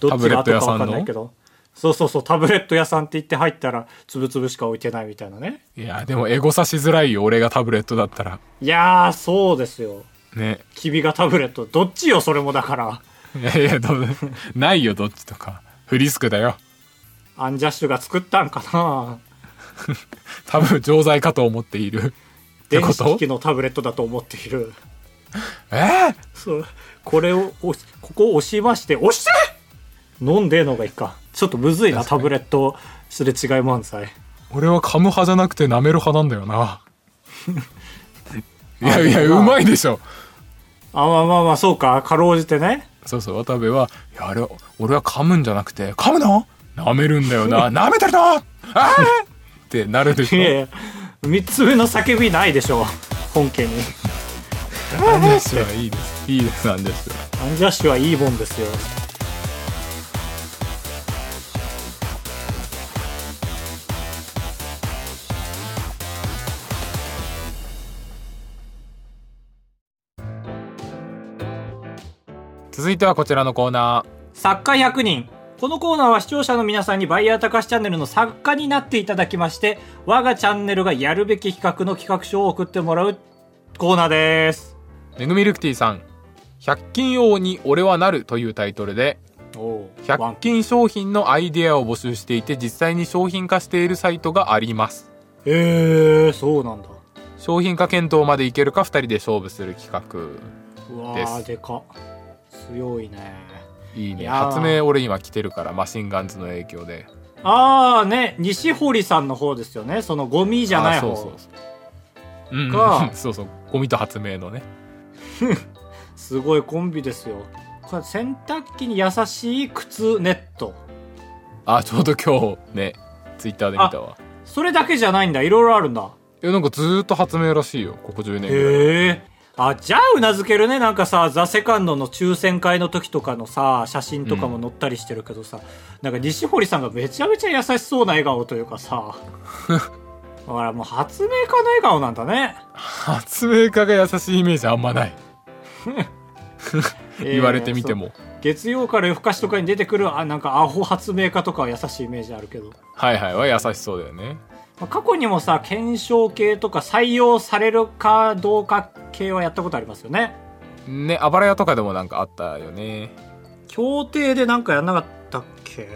Speaker 2: どっちが後かわかんないけど。そうそうそう、タブレット屋さんって言って入ったら、つぶつぶしか置いてないみたいなね。
Speaker 1: いやでもエゴさしづらいよ俺がタブレットだったら
Speaker 2: いやー、そうですよ。
Speaker 1: ね
Speaker 2: 君がタブレット、どっちよ、それもだから。
Speaker 1: いやいやどうないよどっちとかフリスクだよ
Speaker 2: アンジャッシュが作ったんかな
Speaker 1: 多分錠剤かと思っているって
Speaker 2: 電
Speaker 1: こ
Speaker 2: 子機
Speaker 1: と
Speaker 2: 器のタブレットだと思っている。
Speaker 1: えー、
Speaker 2: そう。これを押し、ここを押しまして、押して飲んでのがいいか。ちょっとむずいな、
Speaker 1: 確か
Speaker 2: タ
Speaker 1: に
Speaker 2: ブレットすれ違い漫才。
Speaker 1: 俺は噛む派じゃなくて舐める派なんだよな いやいや
Speaker 2: まあ
Speaker 1: うまいでしょ
Speaker 2: あ、まあまあまあ、そうか。かろうじてね。
Speaker 1: そうそう渡部はいやあれは俺は噛むんじゃなくて噛むの舐めるんだよ な舐めてるのああってなるでし
Speaker 2: い
Speaker 1: ょ
Speaker 2: やいや、三つ目の叫びないでしょ。本家に。
Speaker 1: アンジャッシュはいいですいいですアンジャッシュは
Speaker 2: アンジャッシュはいいもんですよ。
Speaker 1: 続いてはこちらのコーナー
Speaker 2: 作家100人。このコーナーは視聴者の皆さんにバイヤーたかしチャンネルの作家になっていただきまして、我がチャンネルがやるべき企画の企画書を送ってもらうコーナーです。
Speaker 1: めぐみルクティさん「100均王に俺はなる」というタイトルで
Speaker 2: おワン
Speaker 1: 100均商品のアイデアを募集していて実際に商品化しているサイトがあります
Speaker 2: えー、そうなんだ。
Speaker 1: 商品化検討までいけるか2人で勝負する企画
Speaker 2: うわ
Speaker 1: で
Speaker 2: ー、
Speaker 1: す
Speaker 2: でか。強いね。
Speaker 1: いい
Speaker 2: い
Speaker 1: ね
Speaker 2: やー
Speaker 1: 発明俺今来てるからマシンガンズの影響で
Speaker 2: あーね、西堀さんの方ですよね。そのゴミじゃない
Speaker 1: あ
Speaker 2: 方。
Speaker 1: そうそうそううん、う
Speaker 2: か
Speaker 1: ん、 そうそうゴミと発明のね
Speaker 2: すごいコンビですよ。これ洗濯機に優しい靴ネット。
Speaker 1: あちょうど今日ねツイッターで見たわ
Speaker 2: それだけじゃないんだ。いろいろあるんだ。
Speaker 1: いやなんかずーっと発明らしいよここ10年ぐらい
Speaker 2: へえ。あ、じゃあうなずけるね。なんかさ、ザ・セカンドの抽選会の時とかのさ、写真とかも載ったりしてるけどさ、なんか西堀さんがめちゃめちゃ優しそうな笑顔というかさ、 だからもう発明家の笑顔なんだね。
Speaker 1: 発明家が優しいイメージあんま ない
Speaker 2: えー
Speaker 1: 言われてみても、
Speaker 2: そう月曜から夜更かしとかに出てくる、あ、なんかアホ発明家とかは優しいイメージあるけど。
Speaker 1: はいはいは優しそうだよね
Speaker 2: まあ過去にもさ、検証系とか採用されるかどうか系はやったことありますよね。
Speaker 1: ねあばら屋とかでもなんかあったよね
Speaker 2: 協定でなんかやんなかったっけ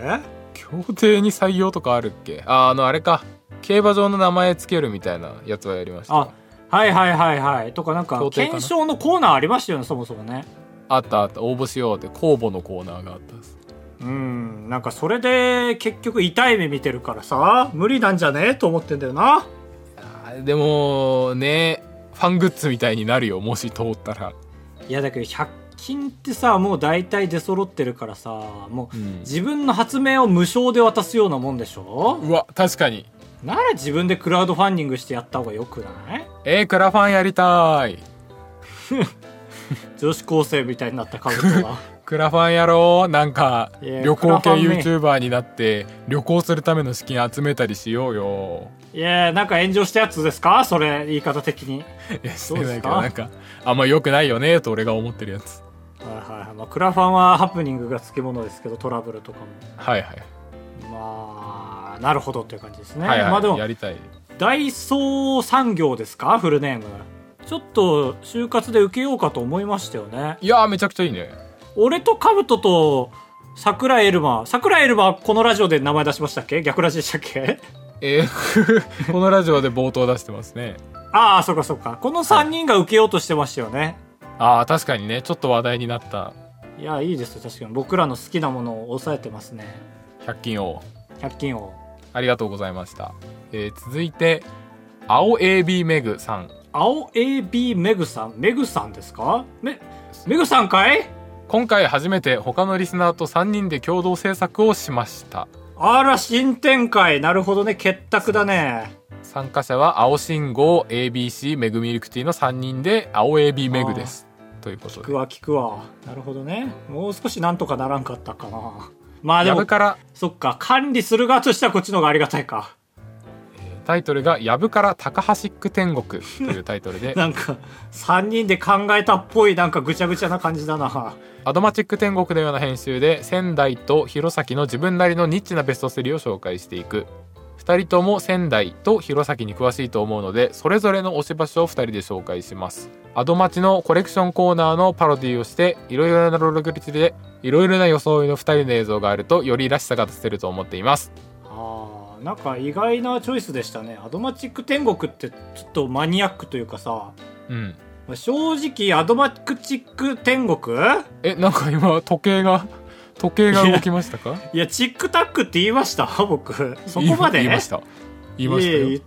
Speaker 1: 協定に採用とかあるっけああのあれか競馬場の名前つけるみたいなやつはやりました
Speaker 2: あ、はいはいはいはい。とかなんか
Speaker 1: 協、定かな
Speaker 2: 検証のコーナーありましたよね、そもそもね。
Speaker 1: あったあった応募しようって公募のコーナーがあったんです
Speaker 2: うん、なんかそれで結局痛い目見てるからさ、無理なんじゃねえと思ってんだよな。
Speaker 1: あーでもねファングッズみたいになるよもし通ったら
Speaker 2: いやだけど100均ってさ、もう大体出揃ってるからさ、もう
Speaker 1: うん
Speaker 2: 自分の発明を無償で渡すようなもんでしょ
Speaker 1: うわ確かに
Speaker 2: なら自分でクラウドファンディングしてやった方がよくない
Speaker 1: えー、クラファンやりたい
Speaker 2: 女子高生みたいになった家 族が
Speaker 1: クラファンやろうなんか
Speaker 2: いや
Speaker 1: 旅行
Speaker 2: ク
Speaker 1: 系
Speaker 2: ラファンね
Speaker 1: YouTuber になって旅行するための資金集めたりしようよ
Speaker 2: いやーなんか炎上したやつですかそれ言い方的に
Speaker 1: いやして
Speaker 2: うですか
Speaker 1: ないけどなんかあんま良くないよねと俺が思ってるやつ
Speaker 2: はいはいはい、まあ、クラファンはハプニングがつきものですけどトラブルとかも
Speaker 1: はいはい
Speaker 2: まあなるほどっていう感じですね、
Speaker 1: はい
Speaker 2: まあで
Speaker 1: はい
Speaker 2: も
Speaker 1: やりたい
Speaker 2: ダイソー産業ですかフルネームちょっと就活で受けようかと思いましたよね
Speaker 1: いやーめちゃくちゃいいね
Speaker 2: 俺とカブトと桜エルマー桜エルマーこのラジオで名前出しましたっけ逆ラジでしたっけ
Speaker 1: えーこのラジオで冒頭出してますね
Speaker 2: ああそうかそうかこの3人が受けようとしてましたよね、
Speaker 1: あー確かにねちょっと話題になった
Speaker 2: いやいいですよ確かに僕らの好きなものを抑えてますね
Speaker 1: 100均王
Speaker 2: 100均を
Speaker 1: ありがとうございました、えー続いて青 AB メグさん
Speaker 2: 青 AB メグさん。メグさんですかめ、メグさんかい
Speaker 1: 今回初めて他のリスナーと3人で共同制作をしました
Speaker 2: あら、新展開。なるほどね。結託だね。
Speaker 1: 参加者は青信号 ABC メグミルクティーの3人で青 AB メグですということ
Speaker 2: 聞く
Speaker 1: で
Speaker 2: わ、聞くわ。なるほどね。もう少しなんとかならんかったかな。まあで
Speaker 1: や
Speaker 2: も
Speaker 1: ぶ、から
Speaker 2: そっか。管理する側としてはこっちの方がありがたいか。
Speaker 1: タイトルが「やぶから高橋ック天国」というタイトルで
Speaker 2: なんか、3人で考えたっぽい、なんかぐちゃぐちゃな感じだな。
Speaker 1: アドマチック天国のような編集で仙台と弘前の自分なりのニッチなベスト3を紹介していく2人とも仙台と弘前に詳しいと思うのでそれぞれの推し場所を2人で紹介しますアドマチのコレクションコーナーのパロディをしていろいろなロログリチでいろいろな装いの2人の映像があるとよりらしさが出せると思っています
Speaker 2: あーなんか意外なチョイスでしたね。アドマチック天国ってちょっとマニアックというかさ、
Speaker 1: うん
Speaker 2: 正直アドマチック天国
Speaker 1: えなんか今時計が時計が動きましたか
Speaker 2: いや、チックタックって言いました 僕。そこまで
Speaker 1: 言い言いました言いましたよ
Speaker 2: いえいえ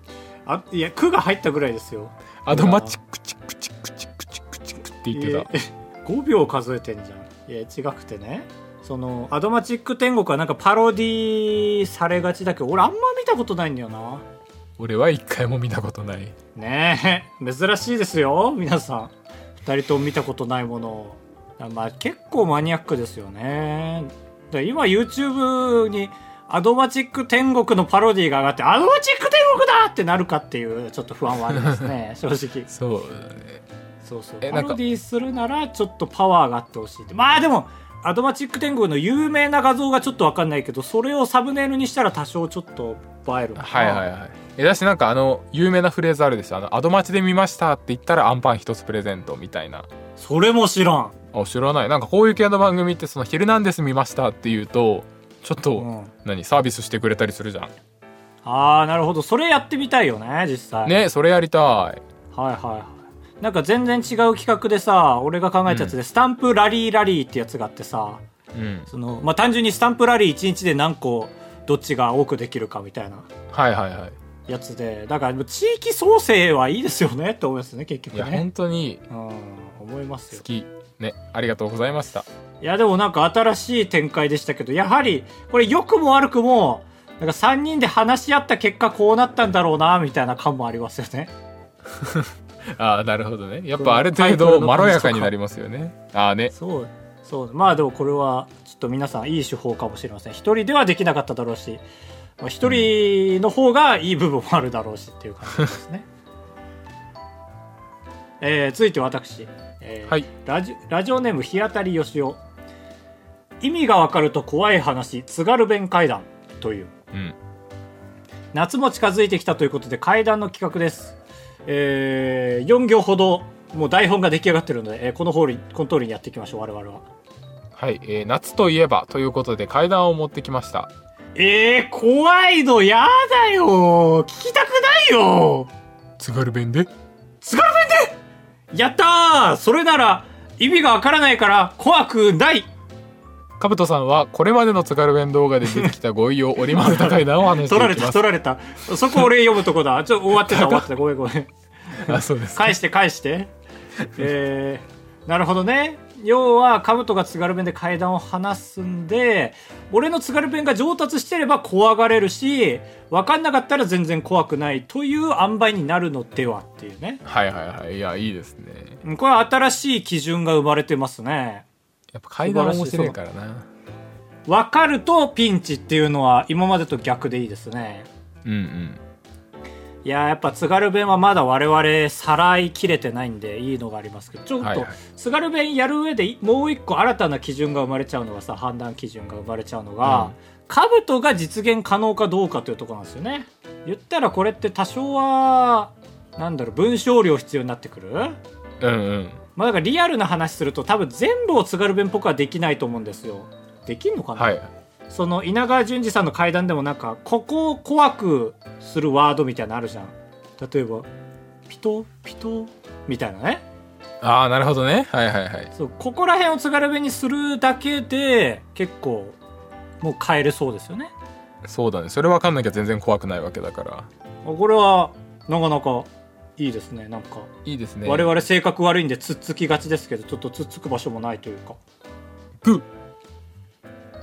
Speaker 2: あいや、句が入ったぐらいですよ。
Speaker 1: アドマチックチックチックチックチックチックって言ってた
Speaker 2: 5秒数えてんじゃんいや違くてねそのアドマチック天国はなんかパロディされがちだけど俺あんま見たことないんだよな
Speaker 1: 俺は一回も見たことない
Speaker 2: ねえ珍しいですよ皆さん2人とも見たことないものをまあ結構マニアックですよねで今 YouTube にアドマチック天国のパロディが上がってアドマチック天国だってなるかっていうちょっと不安はあります ね正直
Speaker 1: そう
Speaker 2: そうそう
Speaker 1: え
Speaker 2: パ
Speaker 1: なんか
Speaker 2: ロディするならちょっとパワーがあってほしいってまあでもアドマチック天国の有名な画像がちょっとわかんないけどそれをサブネイルにしたら多少ちょっと映えるのかな
Speaker 1: はいはいはいえだしなんかあの有名なフレーズあるでしょあの「アドマチで見ました」って言ったらアンパン一つプレゼントみたいな
Speaker 2: それも知らん、
Speaker 1: あ知らないなんかこういう系の番組ってその「ヒルナンデス見ました」って言うとちょっと、
Speaker 2: うん
Speaker 1: 何サービスしてくれたりするじゃん
Speaker 2: ああなるほどそれやってみたいよね実際
Speaker 1: ねそれやりたい
Speaker 2: はいはいはいなんか全然違う企画でさ俺が考えたやつで、スタンプラリーラリーってやつがあってさ
Speaker 1: うん
Speaker 2: そのまあ単純にスタンプラリー1日で何個どっちが多くできるかみたいな
Speaker 1: はいはいはい
Speaker 2: やつでだから地域創生はいいですよねって思いますね結局
Speaker 1: い
Speaker 2: ね
Speaker 1: や本当に
Speaker 2: うん、思いますよ
Speaker 1: 好。きねありがとうございました
Speaker 2: いや、でもなんか新しい展開でしたけど、やはり、これ良くも悪くも、なんか3人で話し合った結果こうなったんだろうな、みたいな感もありますよね。
Speaker 1: ああなるほどねやっぱある程度まろやかになりますよねああね
Speaker 2: そう。そう。まあでもこれは、ちょっと皆さんいい手法かもしれません。一人ではできなかっただろうし、まあ一人の方がいい部分もあるだろうしっていう感じですね。えー、続いて私。えー
Speaker 1: はい
Speaker 2: ラジラジオネーム日当たりよしお意味がわかると怖い話津軽弁会談という
Speaker 1: うん
Speaker 2: 夏も近づいてきたということで会談の企画です、えー、4行ほどもう台本が出来上がってるので、えーこの通りこの通りにやっていきましょう我々は
Speaker 1: はい、えー夏といえばということで階段を持ってきました
Speaker 2: えー、怖いのやだよ聞きたくないよ
Speaker 1: 津軽弁で
Speaker 2: 津軽弁でやったーそれなら意味がわからないから怖くない
Speaker 1: カブトさんはこれまでの津軽弁動画で出てきた語彙を織り交ぜた階段を話して
Speaker 2: 取られ
Speaker 1: いき
Speaker 2: た
Speaker 1: ま
Speaker 2: 取られたそこ俺読むとこだちょ終 わってた終わってたごめんごめん
Speaker 1: すあそうです
Speaker 2: 返して返してえー、なるほどね要は兜が津軽弁で階段を話すんで俺の津軽弁が上達してれば怖がれるし分かんなかったら全然怖くないという塩梅になるのではっていうね
Speaker 1: はいはいはいいやいいですね
Speaker 2: うんこれは新しい基準が生まれてますね
Speaker 1: やっぱ階段面白いからな
Speaker 2: 分かるとピンチっていうのは今までと逆でいいですね
Speaker 1: うんうん
Speaker 2: いやーやっぱ津軽弁はまだ我々さらいきれてないんでいいのがありますけどちょっ
Speaker 1: はい
Speaker 2: と
Speaker 1: はい
Speaker 2: 津軽弁やる上でいもう一個新たな基準が生まれちゃうのがさ判断基準が生まれちゃうのが、兜が実現可能かどうかというところなんですよね言ったらこれって多少はなんだろう文章量必要になってくる
Speaker 1: うんうん
Speaker 2: まあだからリアルな話すると多分全部を津軽弁っぽくはできないと思うんですよできんのかな、
Speaker 1: はい
Speaker 2: その稲川淳二さんの会談でもなんかここを怖くするワードみたいなのあるじゃん例えばピトピトみたいなね
Speaker 1: ああなるほどねはいはいはい
Speaker 2: そうここら辺を津軽弁にするだけで結構もう変えれそうですよね
Speaker 1: そうだねそれ分かんなきゃ全然怖くないわけだから
Speaker 2: あこれはなかなかいいですねなんか、
Speaker 1: いいですね。
Speaker 2: 我々性格悪いんでつっつきがちですけどちょっとつっつく場所もないというか
Speaker 1: グー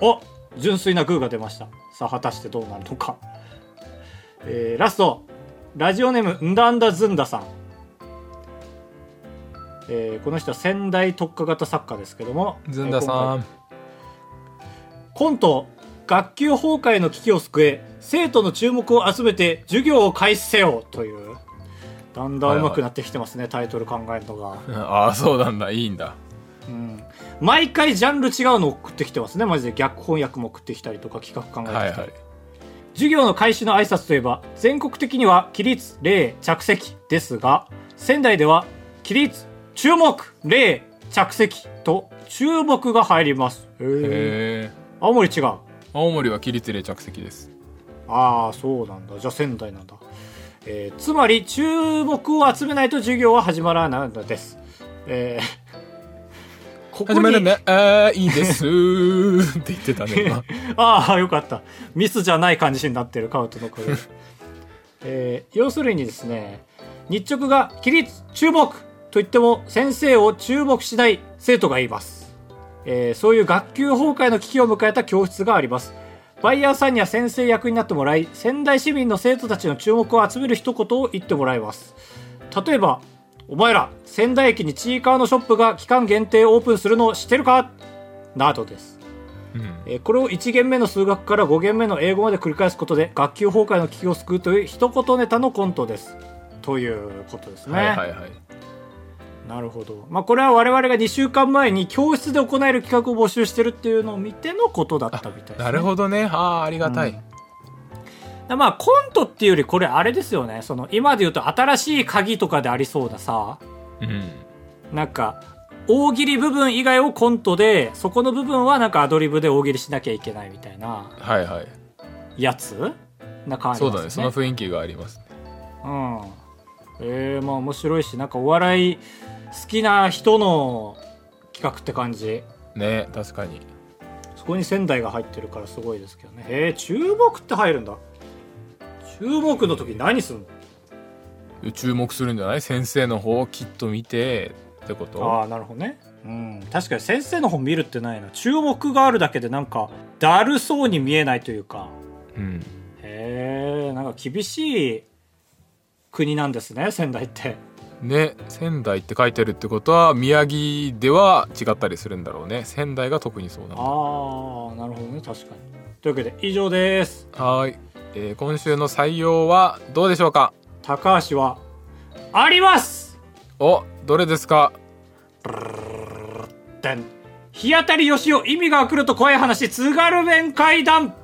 Speaker 2: お純粋なグーが出ましたさあ果たしてどうなるのか、えーラストラジオネームんだんだずんださん、えーこの人は仙台特化型作家ですけども
Speaker 1: ずんだ
Speaker 2: えー
Speaker 1: さ
Speaker 2: 今回
Speaker 1: ん。
Speaker 2: コント「学級崩壊の危機を救え生徒の注目を集めて授業を開始せよ」というだんだん上手くなってきてますね、タイトル考えるのが、
Speaker 1: ああ、そうなんだ。いいんだ。
Speaker 2: うん、毎回ジャンル違うのを送ってきてますねマジで逆翻訳も送ってきたりとか企画考えてきた
Speaker 1: は
Speaker 2: り、
Speaker 1: いはい。
Speaker 2: 授業の開始の挨拶といえば全国的には起立礼着席ですが仙台では起立注目礼着席と注目が入りますへー
Speaker 1: へえ。
Speaker 2: 青森違う
Speaker 1: 青森は起立で着席です。
Speaker 2: ああそうなんだじゃあ仙台なんだ、えーつまり注目を集めないと授業は始まらないのですえーここ
Speaker 1: 始
Speaker 2: に
Speaker 1: まるね。あーいいです ーって言ってたね。今
Speaker 2: ああよかったミスじゃない感じになってるカウトのこれ、えー要するにですね日直が「起立注目!」と言っても先生を注目しない生徒がいます、えーそういう学級崩壊の危機を迎えた教室がありますバイヤーさんには先生役になってもらい仙台市民の生徒たちの注目を集める一言を言ってもらいます例えば「お前ら仙台駅にちいかわのショップが期間限定オープンするのを知ってるか?」などです
Speaker 1: うん
Speaker 2: えーこれを1限目の数学から5限目の英語まで繰り返すことで学級崩壊の危機を救うという一言ネタのコントです。ということですね。
Speaker 1: はいはいはい。
Speaker 2: なるほど。まあこれは我々が2週間前に教室で行える企画を募集してるっていうのを見てのことだったみたいです、ね。
Speaker 1: なる
Speaker 2: ど。
Speaker 1: ほどね。ああー、ありがたい。
Speaker 2: まあコントっていうよりこれあれですよね。その今で言うと新しい鍵とかでありそうなさ、
Speaker 1: うん。
Speaker 2: なんか大喜利部分以外をコントで、そこの部分はなんかアドリブで大喜利しなきゃいけないみたいな
Speaker 1: はいはい。
Speaker 2: やつな感じ
Speaker 1: そう
Speaker 2: です
Speaker 1: だね。その雰囲気がありますね。
Speaker 2: うん。えー、まあ面白いし、なんかお笑い好きな人の企画って感じ。
Speaker 1: ね確かに。
Speaker 2: そこに仙台が入ってるからすごいですけどね。えー、注目って入るんだ。注目の時何すんの
Speaker 1: 注目するんじゃない先生の方をきっと見てってこと
Speaker 2: ああ、なるほどね。うん、確かに先生の本見るってないな。注目があるだけでなんか、だるそうに見えないというか。
Speaker 1: うん。
Speaker 2: へえ、なんか厳しい国なんですね、仙台って。
Speaker 1: ね仙台って書いてるってことは宮城では違ったりするんだろうね仙台が特にそうな
Speaker 2: ああ
Speaker 1: の、
Speaker 2: なるほどね、確かに。というわけで、以上です。
Speaker 1: はーい、えー今週の採用はどうでしょうか
Speaker 2: 高橋はあります
Speaker 1: おどれですか
Speaker 2: でん日当たりよしお意味が来ると怖い話津軽弁会談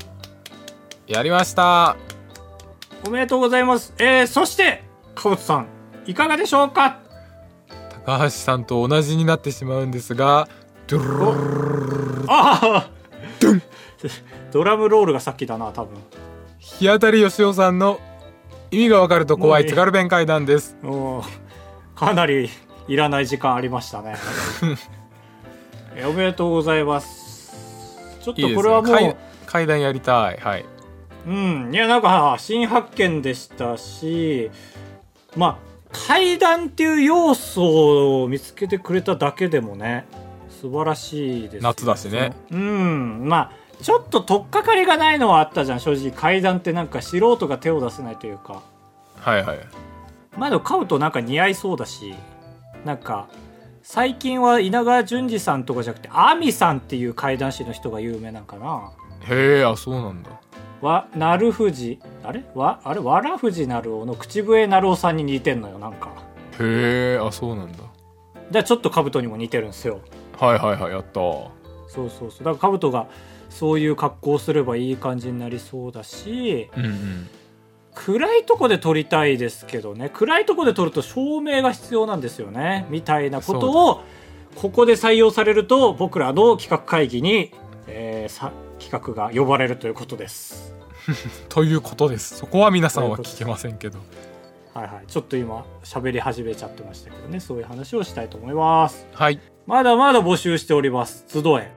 Speaker 1: やりました
Speaker 2: おめでとうございますえー、そしてカウトさんいかがでしょうか
Speaker 1: 高橋さんと同じになってしまうんですがドゥルルルルル
Speaker 2: ああドラムロールがさっきだな多分
Speaker 1: 日当たりよしおさんの意味がわかると怖
Speaker 2: もう
Speaker 1: い
Speaker 2: いい
Speaker 1: 津軽弁会談です
Speaker 2: おーかなりいらない時間ありましたね えーおめでとうございますちょっ
Speaker 1: いい
Speaker 2: と
Speaker 1: です
Speaker 2: これはもう
Speaker 1: ね会会談やりたいはい
Speaker 2: うん、いや、なんか、新発見でしたし、まあ、階段っていう要素を見つけてくれただけでもね、素晴らしいですよ
Speaker 1: 夏だしね。
Speaker 2: うん、まあ、ちょっと取っかかりがないのはあったじゃん、正直。階段ってなんか素人が手を出せないというか。
Speaker 1: はいはい
Speaker 2: まあでも、買うとなんか似合いそうだし、なんか、最近は稲川淳二さんとかじゃなくて、アミさんっていう階段師の人が有名なんかな。
Speaker 1: へえあそうなんだ
Speaker 2: わ、なるふじ、あれわ、あれわらふじなるおの口笛なるおさんに似てんのよ、なんか。
Speaker 1: へえあそうなんだ
Speaker 2: じゃあちょっとカブトにも似てるんですよ。
Speaker 1: はいはいはいやったー
Speaker 2: そうそうそう。だからカブトがそういう格好をすればいい感じになりそうだし、
Speaker 1: うんうん
Speaker 2: 暗いとこで撮りたいですけどね、暗いとこで撮ると照明が必要なんですよね、みたいなことを、ここで採用されると僕らの企画会議に、えーさ企画が呼ばれるということです。
Speaker 1: ということですそこは皆さんは聞けませんけど
Speaker 2: はいはい、ちょっと今喋り始めちゃってましたけどねそういう話をしたいと思います
Speaker 1: はい
Speaker 2: まだまだ募集しております集え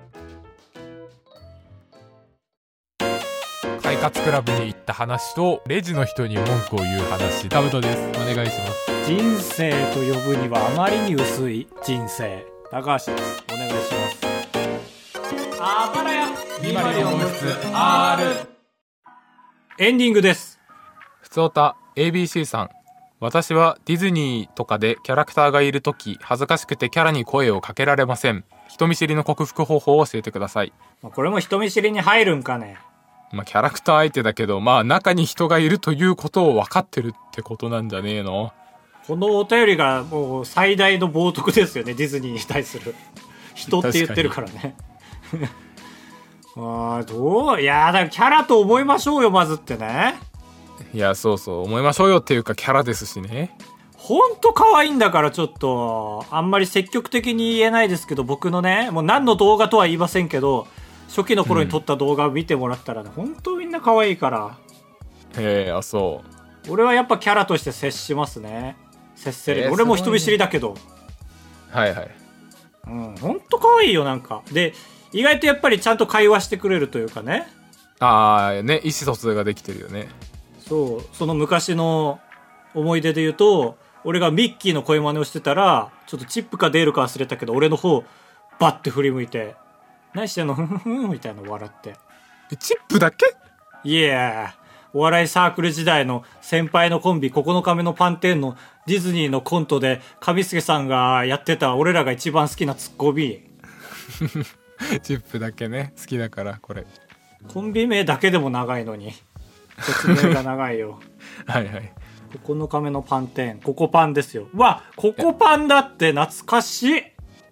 Speaker 1: はい活クラブに行った話とレジの人に文句を言う話タブトですお願いします
Speaker 2: 人生と呼ぶにはあまりに薄い人生高橋ですお願いしますあばらやエンディングです
Speaker 1: ふつおた ABC さん私はディズニーとかでキャラクターがいる時恥ずかしくてキャラに声をかけられません人見知りの克服方法を教えてください
Speaker 2: まあこれも人見知りに入るんかね
Speaker 1: まあキャラクター相手だけどまあ中に人がいるということを分かってるってことなんじゃねえの
Speaker 2: このお便りがもう最大の冒涜ですよねディズニーに対する人って言ってるからね あーどういやーだからキャラと思いましょうよまずってね
Speaker 1: いやそうそう思いましょうよっていうかキャラですしね
Speaker 2: ほんと可愛いんだからちょっと、あんまり積極的に言えないですけど、僕のね、もう何の動画とは言いませんけど、初期の頃に撮った動画を見てもらったらね、ほんとみんな可愛いから、
Speaker 1: ええあそう
Speaker 2: 俺はやっぱキャラとして接しますね。接せる。
Speaker 1: えー
Speaker 2: 俺も
Speaker 1: す
Speaker 2: 人
Speaker 1: ごいね
Speaker 2: 見知りだけど、
Speaker 1: はいはい
Speaker 2: うん、ほんと可愛いよなんか。で、意外とやっぱりちゃんと会話してくれるというかね、
Speaker 1: ああね意思疎通ができてるよね
Speaker 2: そう、その昔の思い出で言うと、俺がミッキーの声真似をしてたら、ちょっとチップかデールか忘れたけど、俺の方、バッて振り向いて、何してんのふん ふんみたいなの笑って。
Speaker 1: えチップだけ
Speaker 2: いやお笑いサークル時代の先輩のコンビ9日目のパンテーンのディズニーのコントで上杉さんがやってた俺らが一番好きなツッコミ
Speaker 1: チップだけね好きだからこれ
Speaker 2: コンビ名だけでも長いのに説明が長いよ
Speaker 1: はいはい
Speaker 2: 9日目のパンテーンココパンですよわココパンだって懐かしい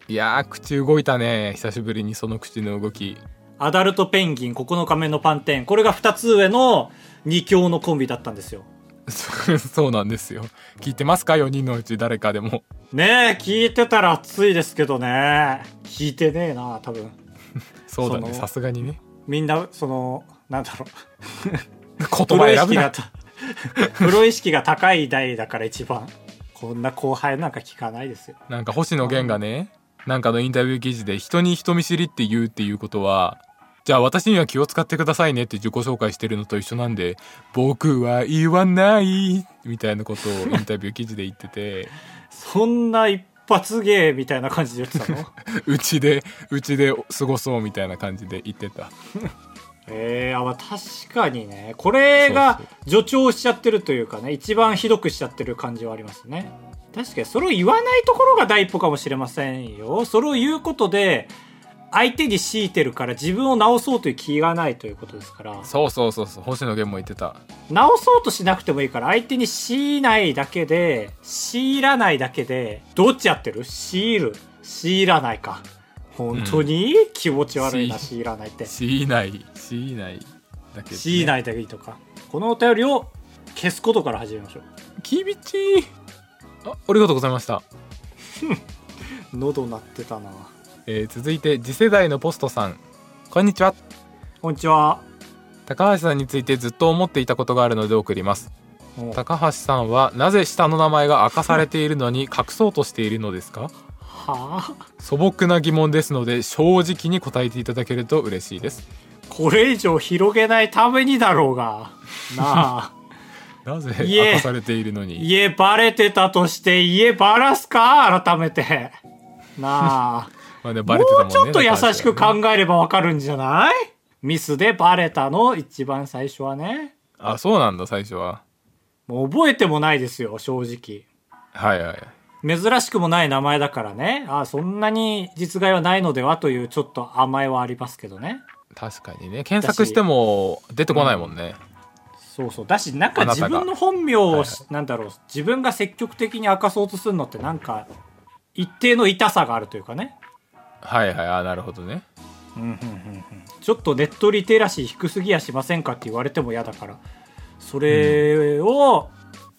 Speaker 1: いやー口動いたね久しぶりにその口の動き
Speaker 2: アダルトペンギン9日目のパンテーンこれが2つ上の2強のコンビだったんですよ
Speaker 1: そそうなんですよ聞いてますか4人のうち誰かでも
Speaker 2: ねえ聞いてたら熱いですけどね聞いてねえな多分
Speaker 1: そうだ
Speaker 2: そ
Speaker 1: ね
Speaker 2: の
Speaker 1: さすがにね
Speaker 2: みんなそのなんだろ
Speaker 1: 言
Speaker 2: うプ
Speaker 1: 葉
Speaker 2: ロ意
Speaker 1: 選ぶ
Speaker 2: 識
Speaker 1: な
Speaker 2: がた プロ意識が高い代だから一番こんな後輩なんか聞かないですよ
Speaker 1: なんか星野源がねなんかのインタビュー記事で人に人見知りって言うっていうことはじゃあ私には気を使ってくださいねって自己紹介してるのと一緒なんで僕は言わないみたいなことをインタビュー記事で言ってて
Speaker 2: そんな一発芸みたいな感じで言ってたの
Speaker 1: うちでうちで過ごそうみたいな感じで言ってた
Speaker 2: ええあまあ確かにねこれが助長しちゃってるというかね一番ひどくしちゃってる感じはありますね確かにそれを言わないところが第一歩かもしれませんよそれを言うことで相手に強いてるから自分を直そうという気がないということですから
Speaker 1: そうそうそうそう星野源も言ってた
Speaker 2: 直そうとしなくてもいいから相手に強いないだけで強いらないだけでどっちやってる強いる強いらないか本当に気持ち悪いな、
Speaker 1: 強い
Speaker 2: 強いらないって
Speaker 1: 強いない強いないだけどね
Speaker 2: 強いないだけいいとかこのお便りを消すことから始めましょ
Speaker 1: 厳しいあありがとうございました、
Speaker 2: う喉鳴ってたな
Speaker 1: えー続いて次世代のポストさんこんにちは
Speaker 2: こんにちは
Speaker 1: 高橋さんについてずっと思っていたことがあるので送ります
Speaker 2: おは
Speaker 1: 高橋さんはなぜ下の名前が明かされているのに 隠そうとしているのですか
Speaker 2: あ
Speaker 1: 素朴な疑問ですので正直に答えていただけると嬉しいです
Speaker 2: これ以上広げないためにだろうがなあ
Speaker 1: なぜ
Speaker 2: いえ
Speaker 1: 明かされ ているのに
Speaker 2: 家バレてたとして家バラすか改めてなあ
Speaker 1: まあねバレてたん
Speaker 2: もう
Speaker 1: ね
Speaker 2: ちょっと優しく
Speaker 1: 高橋はね
Speaker 2: 考えればわかるんじゃないミスでバレたの一番最初はね
Speaker 1: あそうなんだ最初は
Speaker 2: もう覚えてもないですよ正直
Speaker 1: はいはい
Speaker 2: 珍しくもない名前だからねあそんなに実害はないのではというちょっと甘えはありますけどね
Speaker 1: 確かにね検索しても出てこないもんね、
Speaker 2: そうそうだしなんか
Speaker 1: あな
Speaker 2: 自
Speaker 1: たが
Speaker 2: 分の本名を、
Speaker 1: はいはい
Speaker 2: なんだろう自分が積極的に明かそうとするのってなんか一定の痛さがあるというかね
Speaker 1: はいはいあなるほどね
Speaker 2: ちょっとネットリテラシー低すぎやしませんかって言われても嫌だからそれを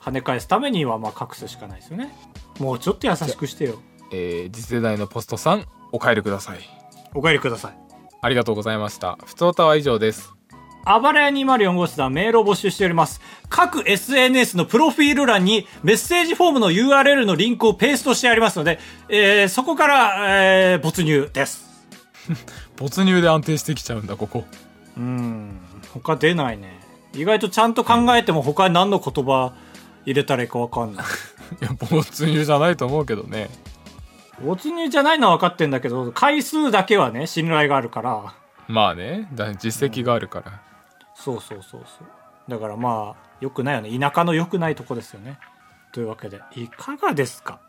Speaker 2: 跳ね返すためにはまあ隠すしかないですよねもうちょっと優しくしてよ
Speaker 1: えー次世代のポストさんお帰りください
Speaker 2: お帰りください
Speaker 1: ありがとうございましたふつおたは以上です
Speaker 2: あばらや204号室ではメールを募集しております。各 SNS のプロフィール欄にメッセージフォームの URL のリンクをペーストしてありますので、えーそこから、えー没入です。
Speaker 1: 没入で安定してきちゃうんだここ
Speaker 2: うん。他出ないね。意外とちゃんと考えても他に何の言葉入れたらいいか分かんない
Speaker 1: いや没入じゃないと思うけどね
Speaker 2: 没入じゃないのは分かってんだけど回数だけはね信頼があるから
Speaker 1: まあねだ実績があるから、
Speaker 2: そうそうそうそうだからまあ良くないよね田舎の良くないとこですよねというわけでいかがですか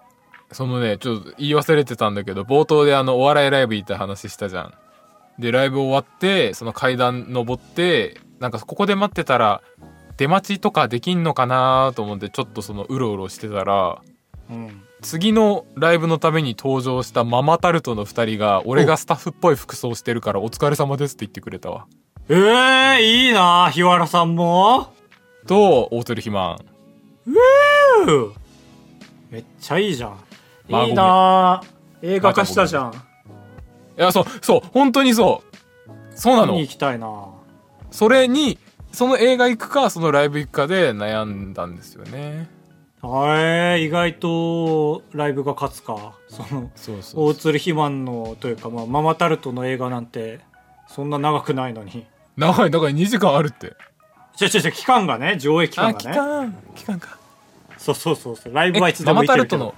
Speaker 1: そのねちょっと言い忘れてたんだけど冒頭であのお笑いライブ行った話したじゃんでライブ終わってその階段登ってなんかここで待ってたら出待ちとかできんのかなと思ってちょっとそのうろうろしてたら
Speaker 2: うん
Speaker 1: 次のライブのために登場したママタルトの2人が俺がスタッフっぽい服装してるからお疲れ様ですって言ってくれたわ
Speaker 2: ええいいなあ日原さんも
Speaker 1: と大鳥肥満
Speaker 2: うんめっちゃいいじゃん
Speaker 1: まあ
Speaker 2: いいなあ映画化したじゃん
Speaker 1: いやそうそう本当にそうそうな
Speaker 2: 見
Speaker 1: の
Speaker 2: に行きたいなあ
Speaker 1: それにその映画行くかそのライブ行くかで悩んだんですよね
Speaker 2: あれ意外とライブが勝つかその
Speaker 1: そうそう
Speaker 2: 大鶴肥満のというか、まあ、ママタルトの映画なんてそんな長くないのに
Speaker 1: 長いだから2時間あるって
Speaker 2: ちょちょちょ期間がね上映期間
Speaker 1: あ
Speaker 2: が
Speaker 1: 期
Speaker 2: ね
Speaker 1: 間期間か
Speaker 2: そうそうそうそうライ
Speaker 1: え
Speaker 2: ブはいつで
Speaker 1: マ
Speaker 2: も
Speaker 1: マ
Speaker 2: 行
Speaker 1: タ
Speaker 2: け
Speaker 1: ル
Speaker 2: るけ
Speaker 1: ト
Speaker 2: ど
Speaker 1: の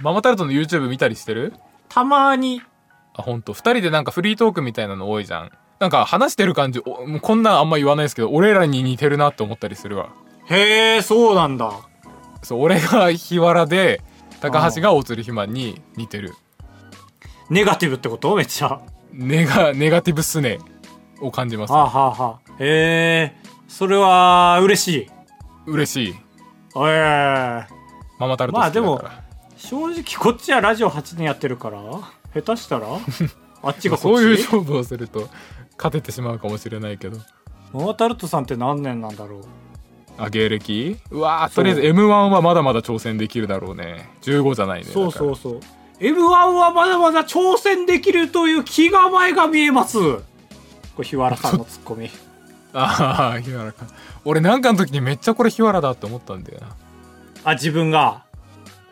Speaker 1: ママタルトの YouTube 見たりしてる
Speaker 2: たまに
Speaker 1: あ本当2人でなんかフリートークみたいなの多いじゃんなんか話してる感じおもうこんなんあんま言わないですけど俺らに似てるなって思ったりするわ
Speaker 2: へえそうなんだ
Speaker 1: そう俺が日原で高橋が大鶴ひまに似てる
Speaker 2: ネガティブってことめっちゃは
Speaker 1: ネガネガティブスネを感じます
Speaker 2: あはあはあへえそれは嬉しい
Speaker 1: 嬉しい
Speaker 2: ええ
Speaker 1: ママタルト好きだから、
Speaker 2: まあでも正直こっちはラジオ8年やってるから下手 したらあっちがこ
Speaker 1: そ
Speaker 2: っち
Speaker 1: ういう勝負をすると勝ててしまうかもしれないけど
Speaker 2: ママタルトさんって何年なんだろう
Speaker 1: あ芸歴うわー
Speaker 2: そ
Speaker 1: と
Speaker 2: う
Speaker 1: りあえず m 1はまだまだ挑戦できるだろうね15じゃないね
Speaker 2: そうそううそう m 1はまだまだ挑戦できるという気構えが見えますこれ日原さんのツッコミ
Speaker 1: ああ日原か俺なんかの時にめっちゃこれ日原だって思ったんだよな
Speaker 2: あ自分が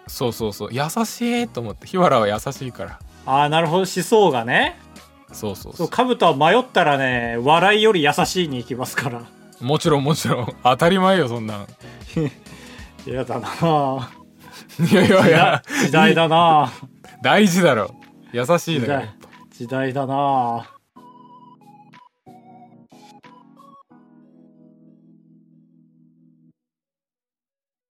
Speaker 1: そうそうそう優しいと思って日原は優しいから
Speaker 2: ああなるほど思想がね
Speaker 1: そうそう
Speaker 2: そ
Speaker 1: そう
Speaker 2: うカブトは迷ったらね笑いより優しいに行きますから
Speaker 1: もちろんもちろん当たり前よそんなん
Speaker 2: 嫌だなあ
Speaker 1: いやいやい
Speaker 2: いや
Speaker 1: や
Speaker 2: 時代だなあ
Speaker 1: 大事だろ優しい
Speaker 2: 時
Speaker 1: のよ
Speaker 2: 代時代だなあ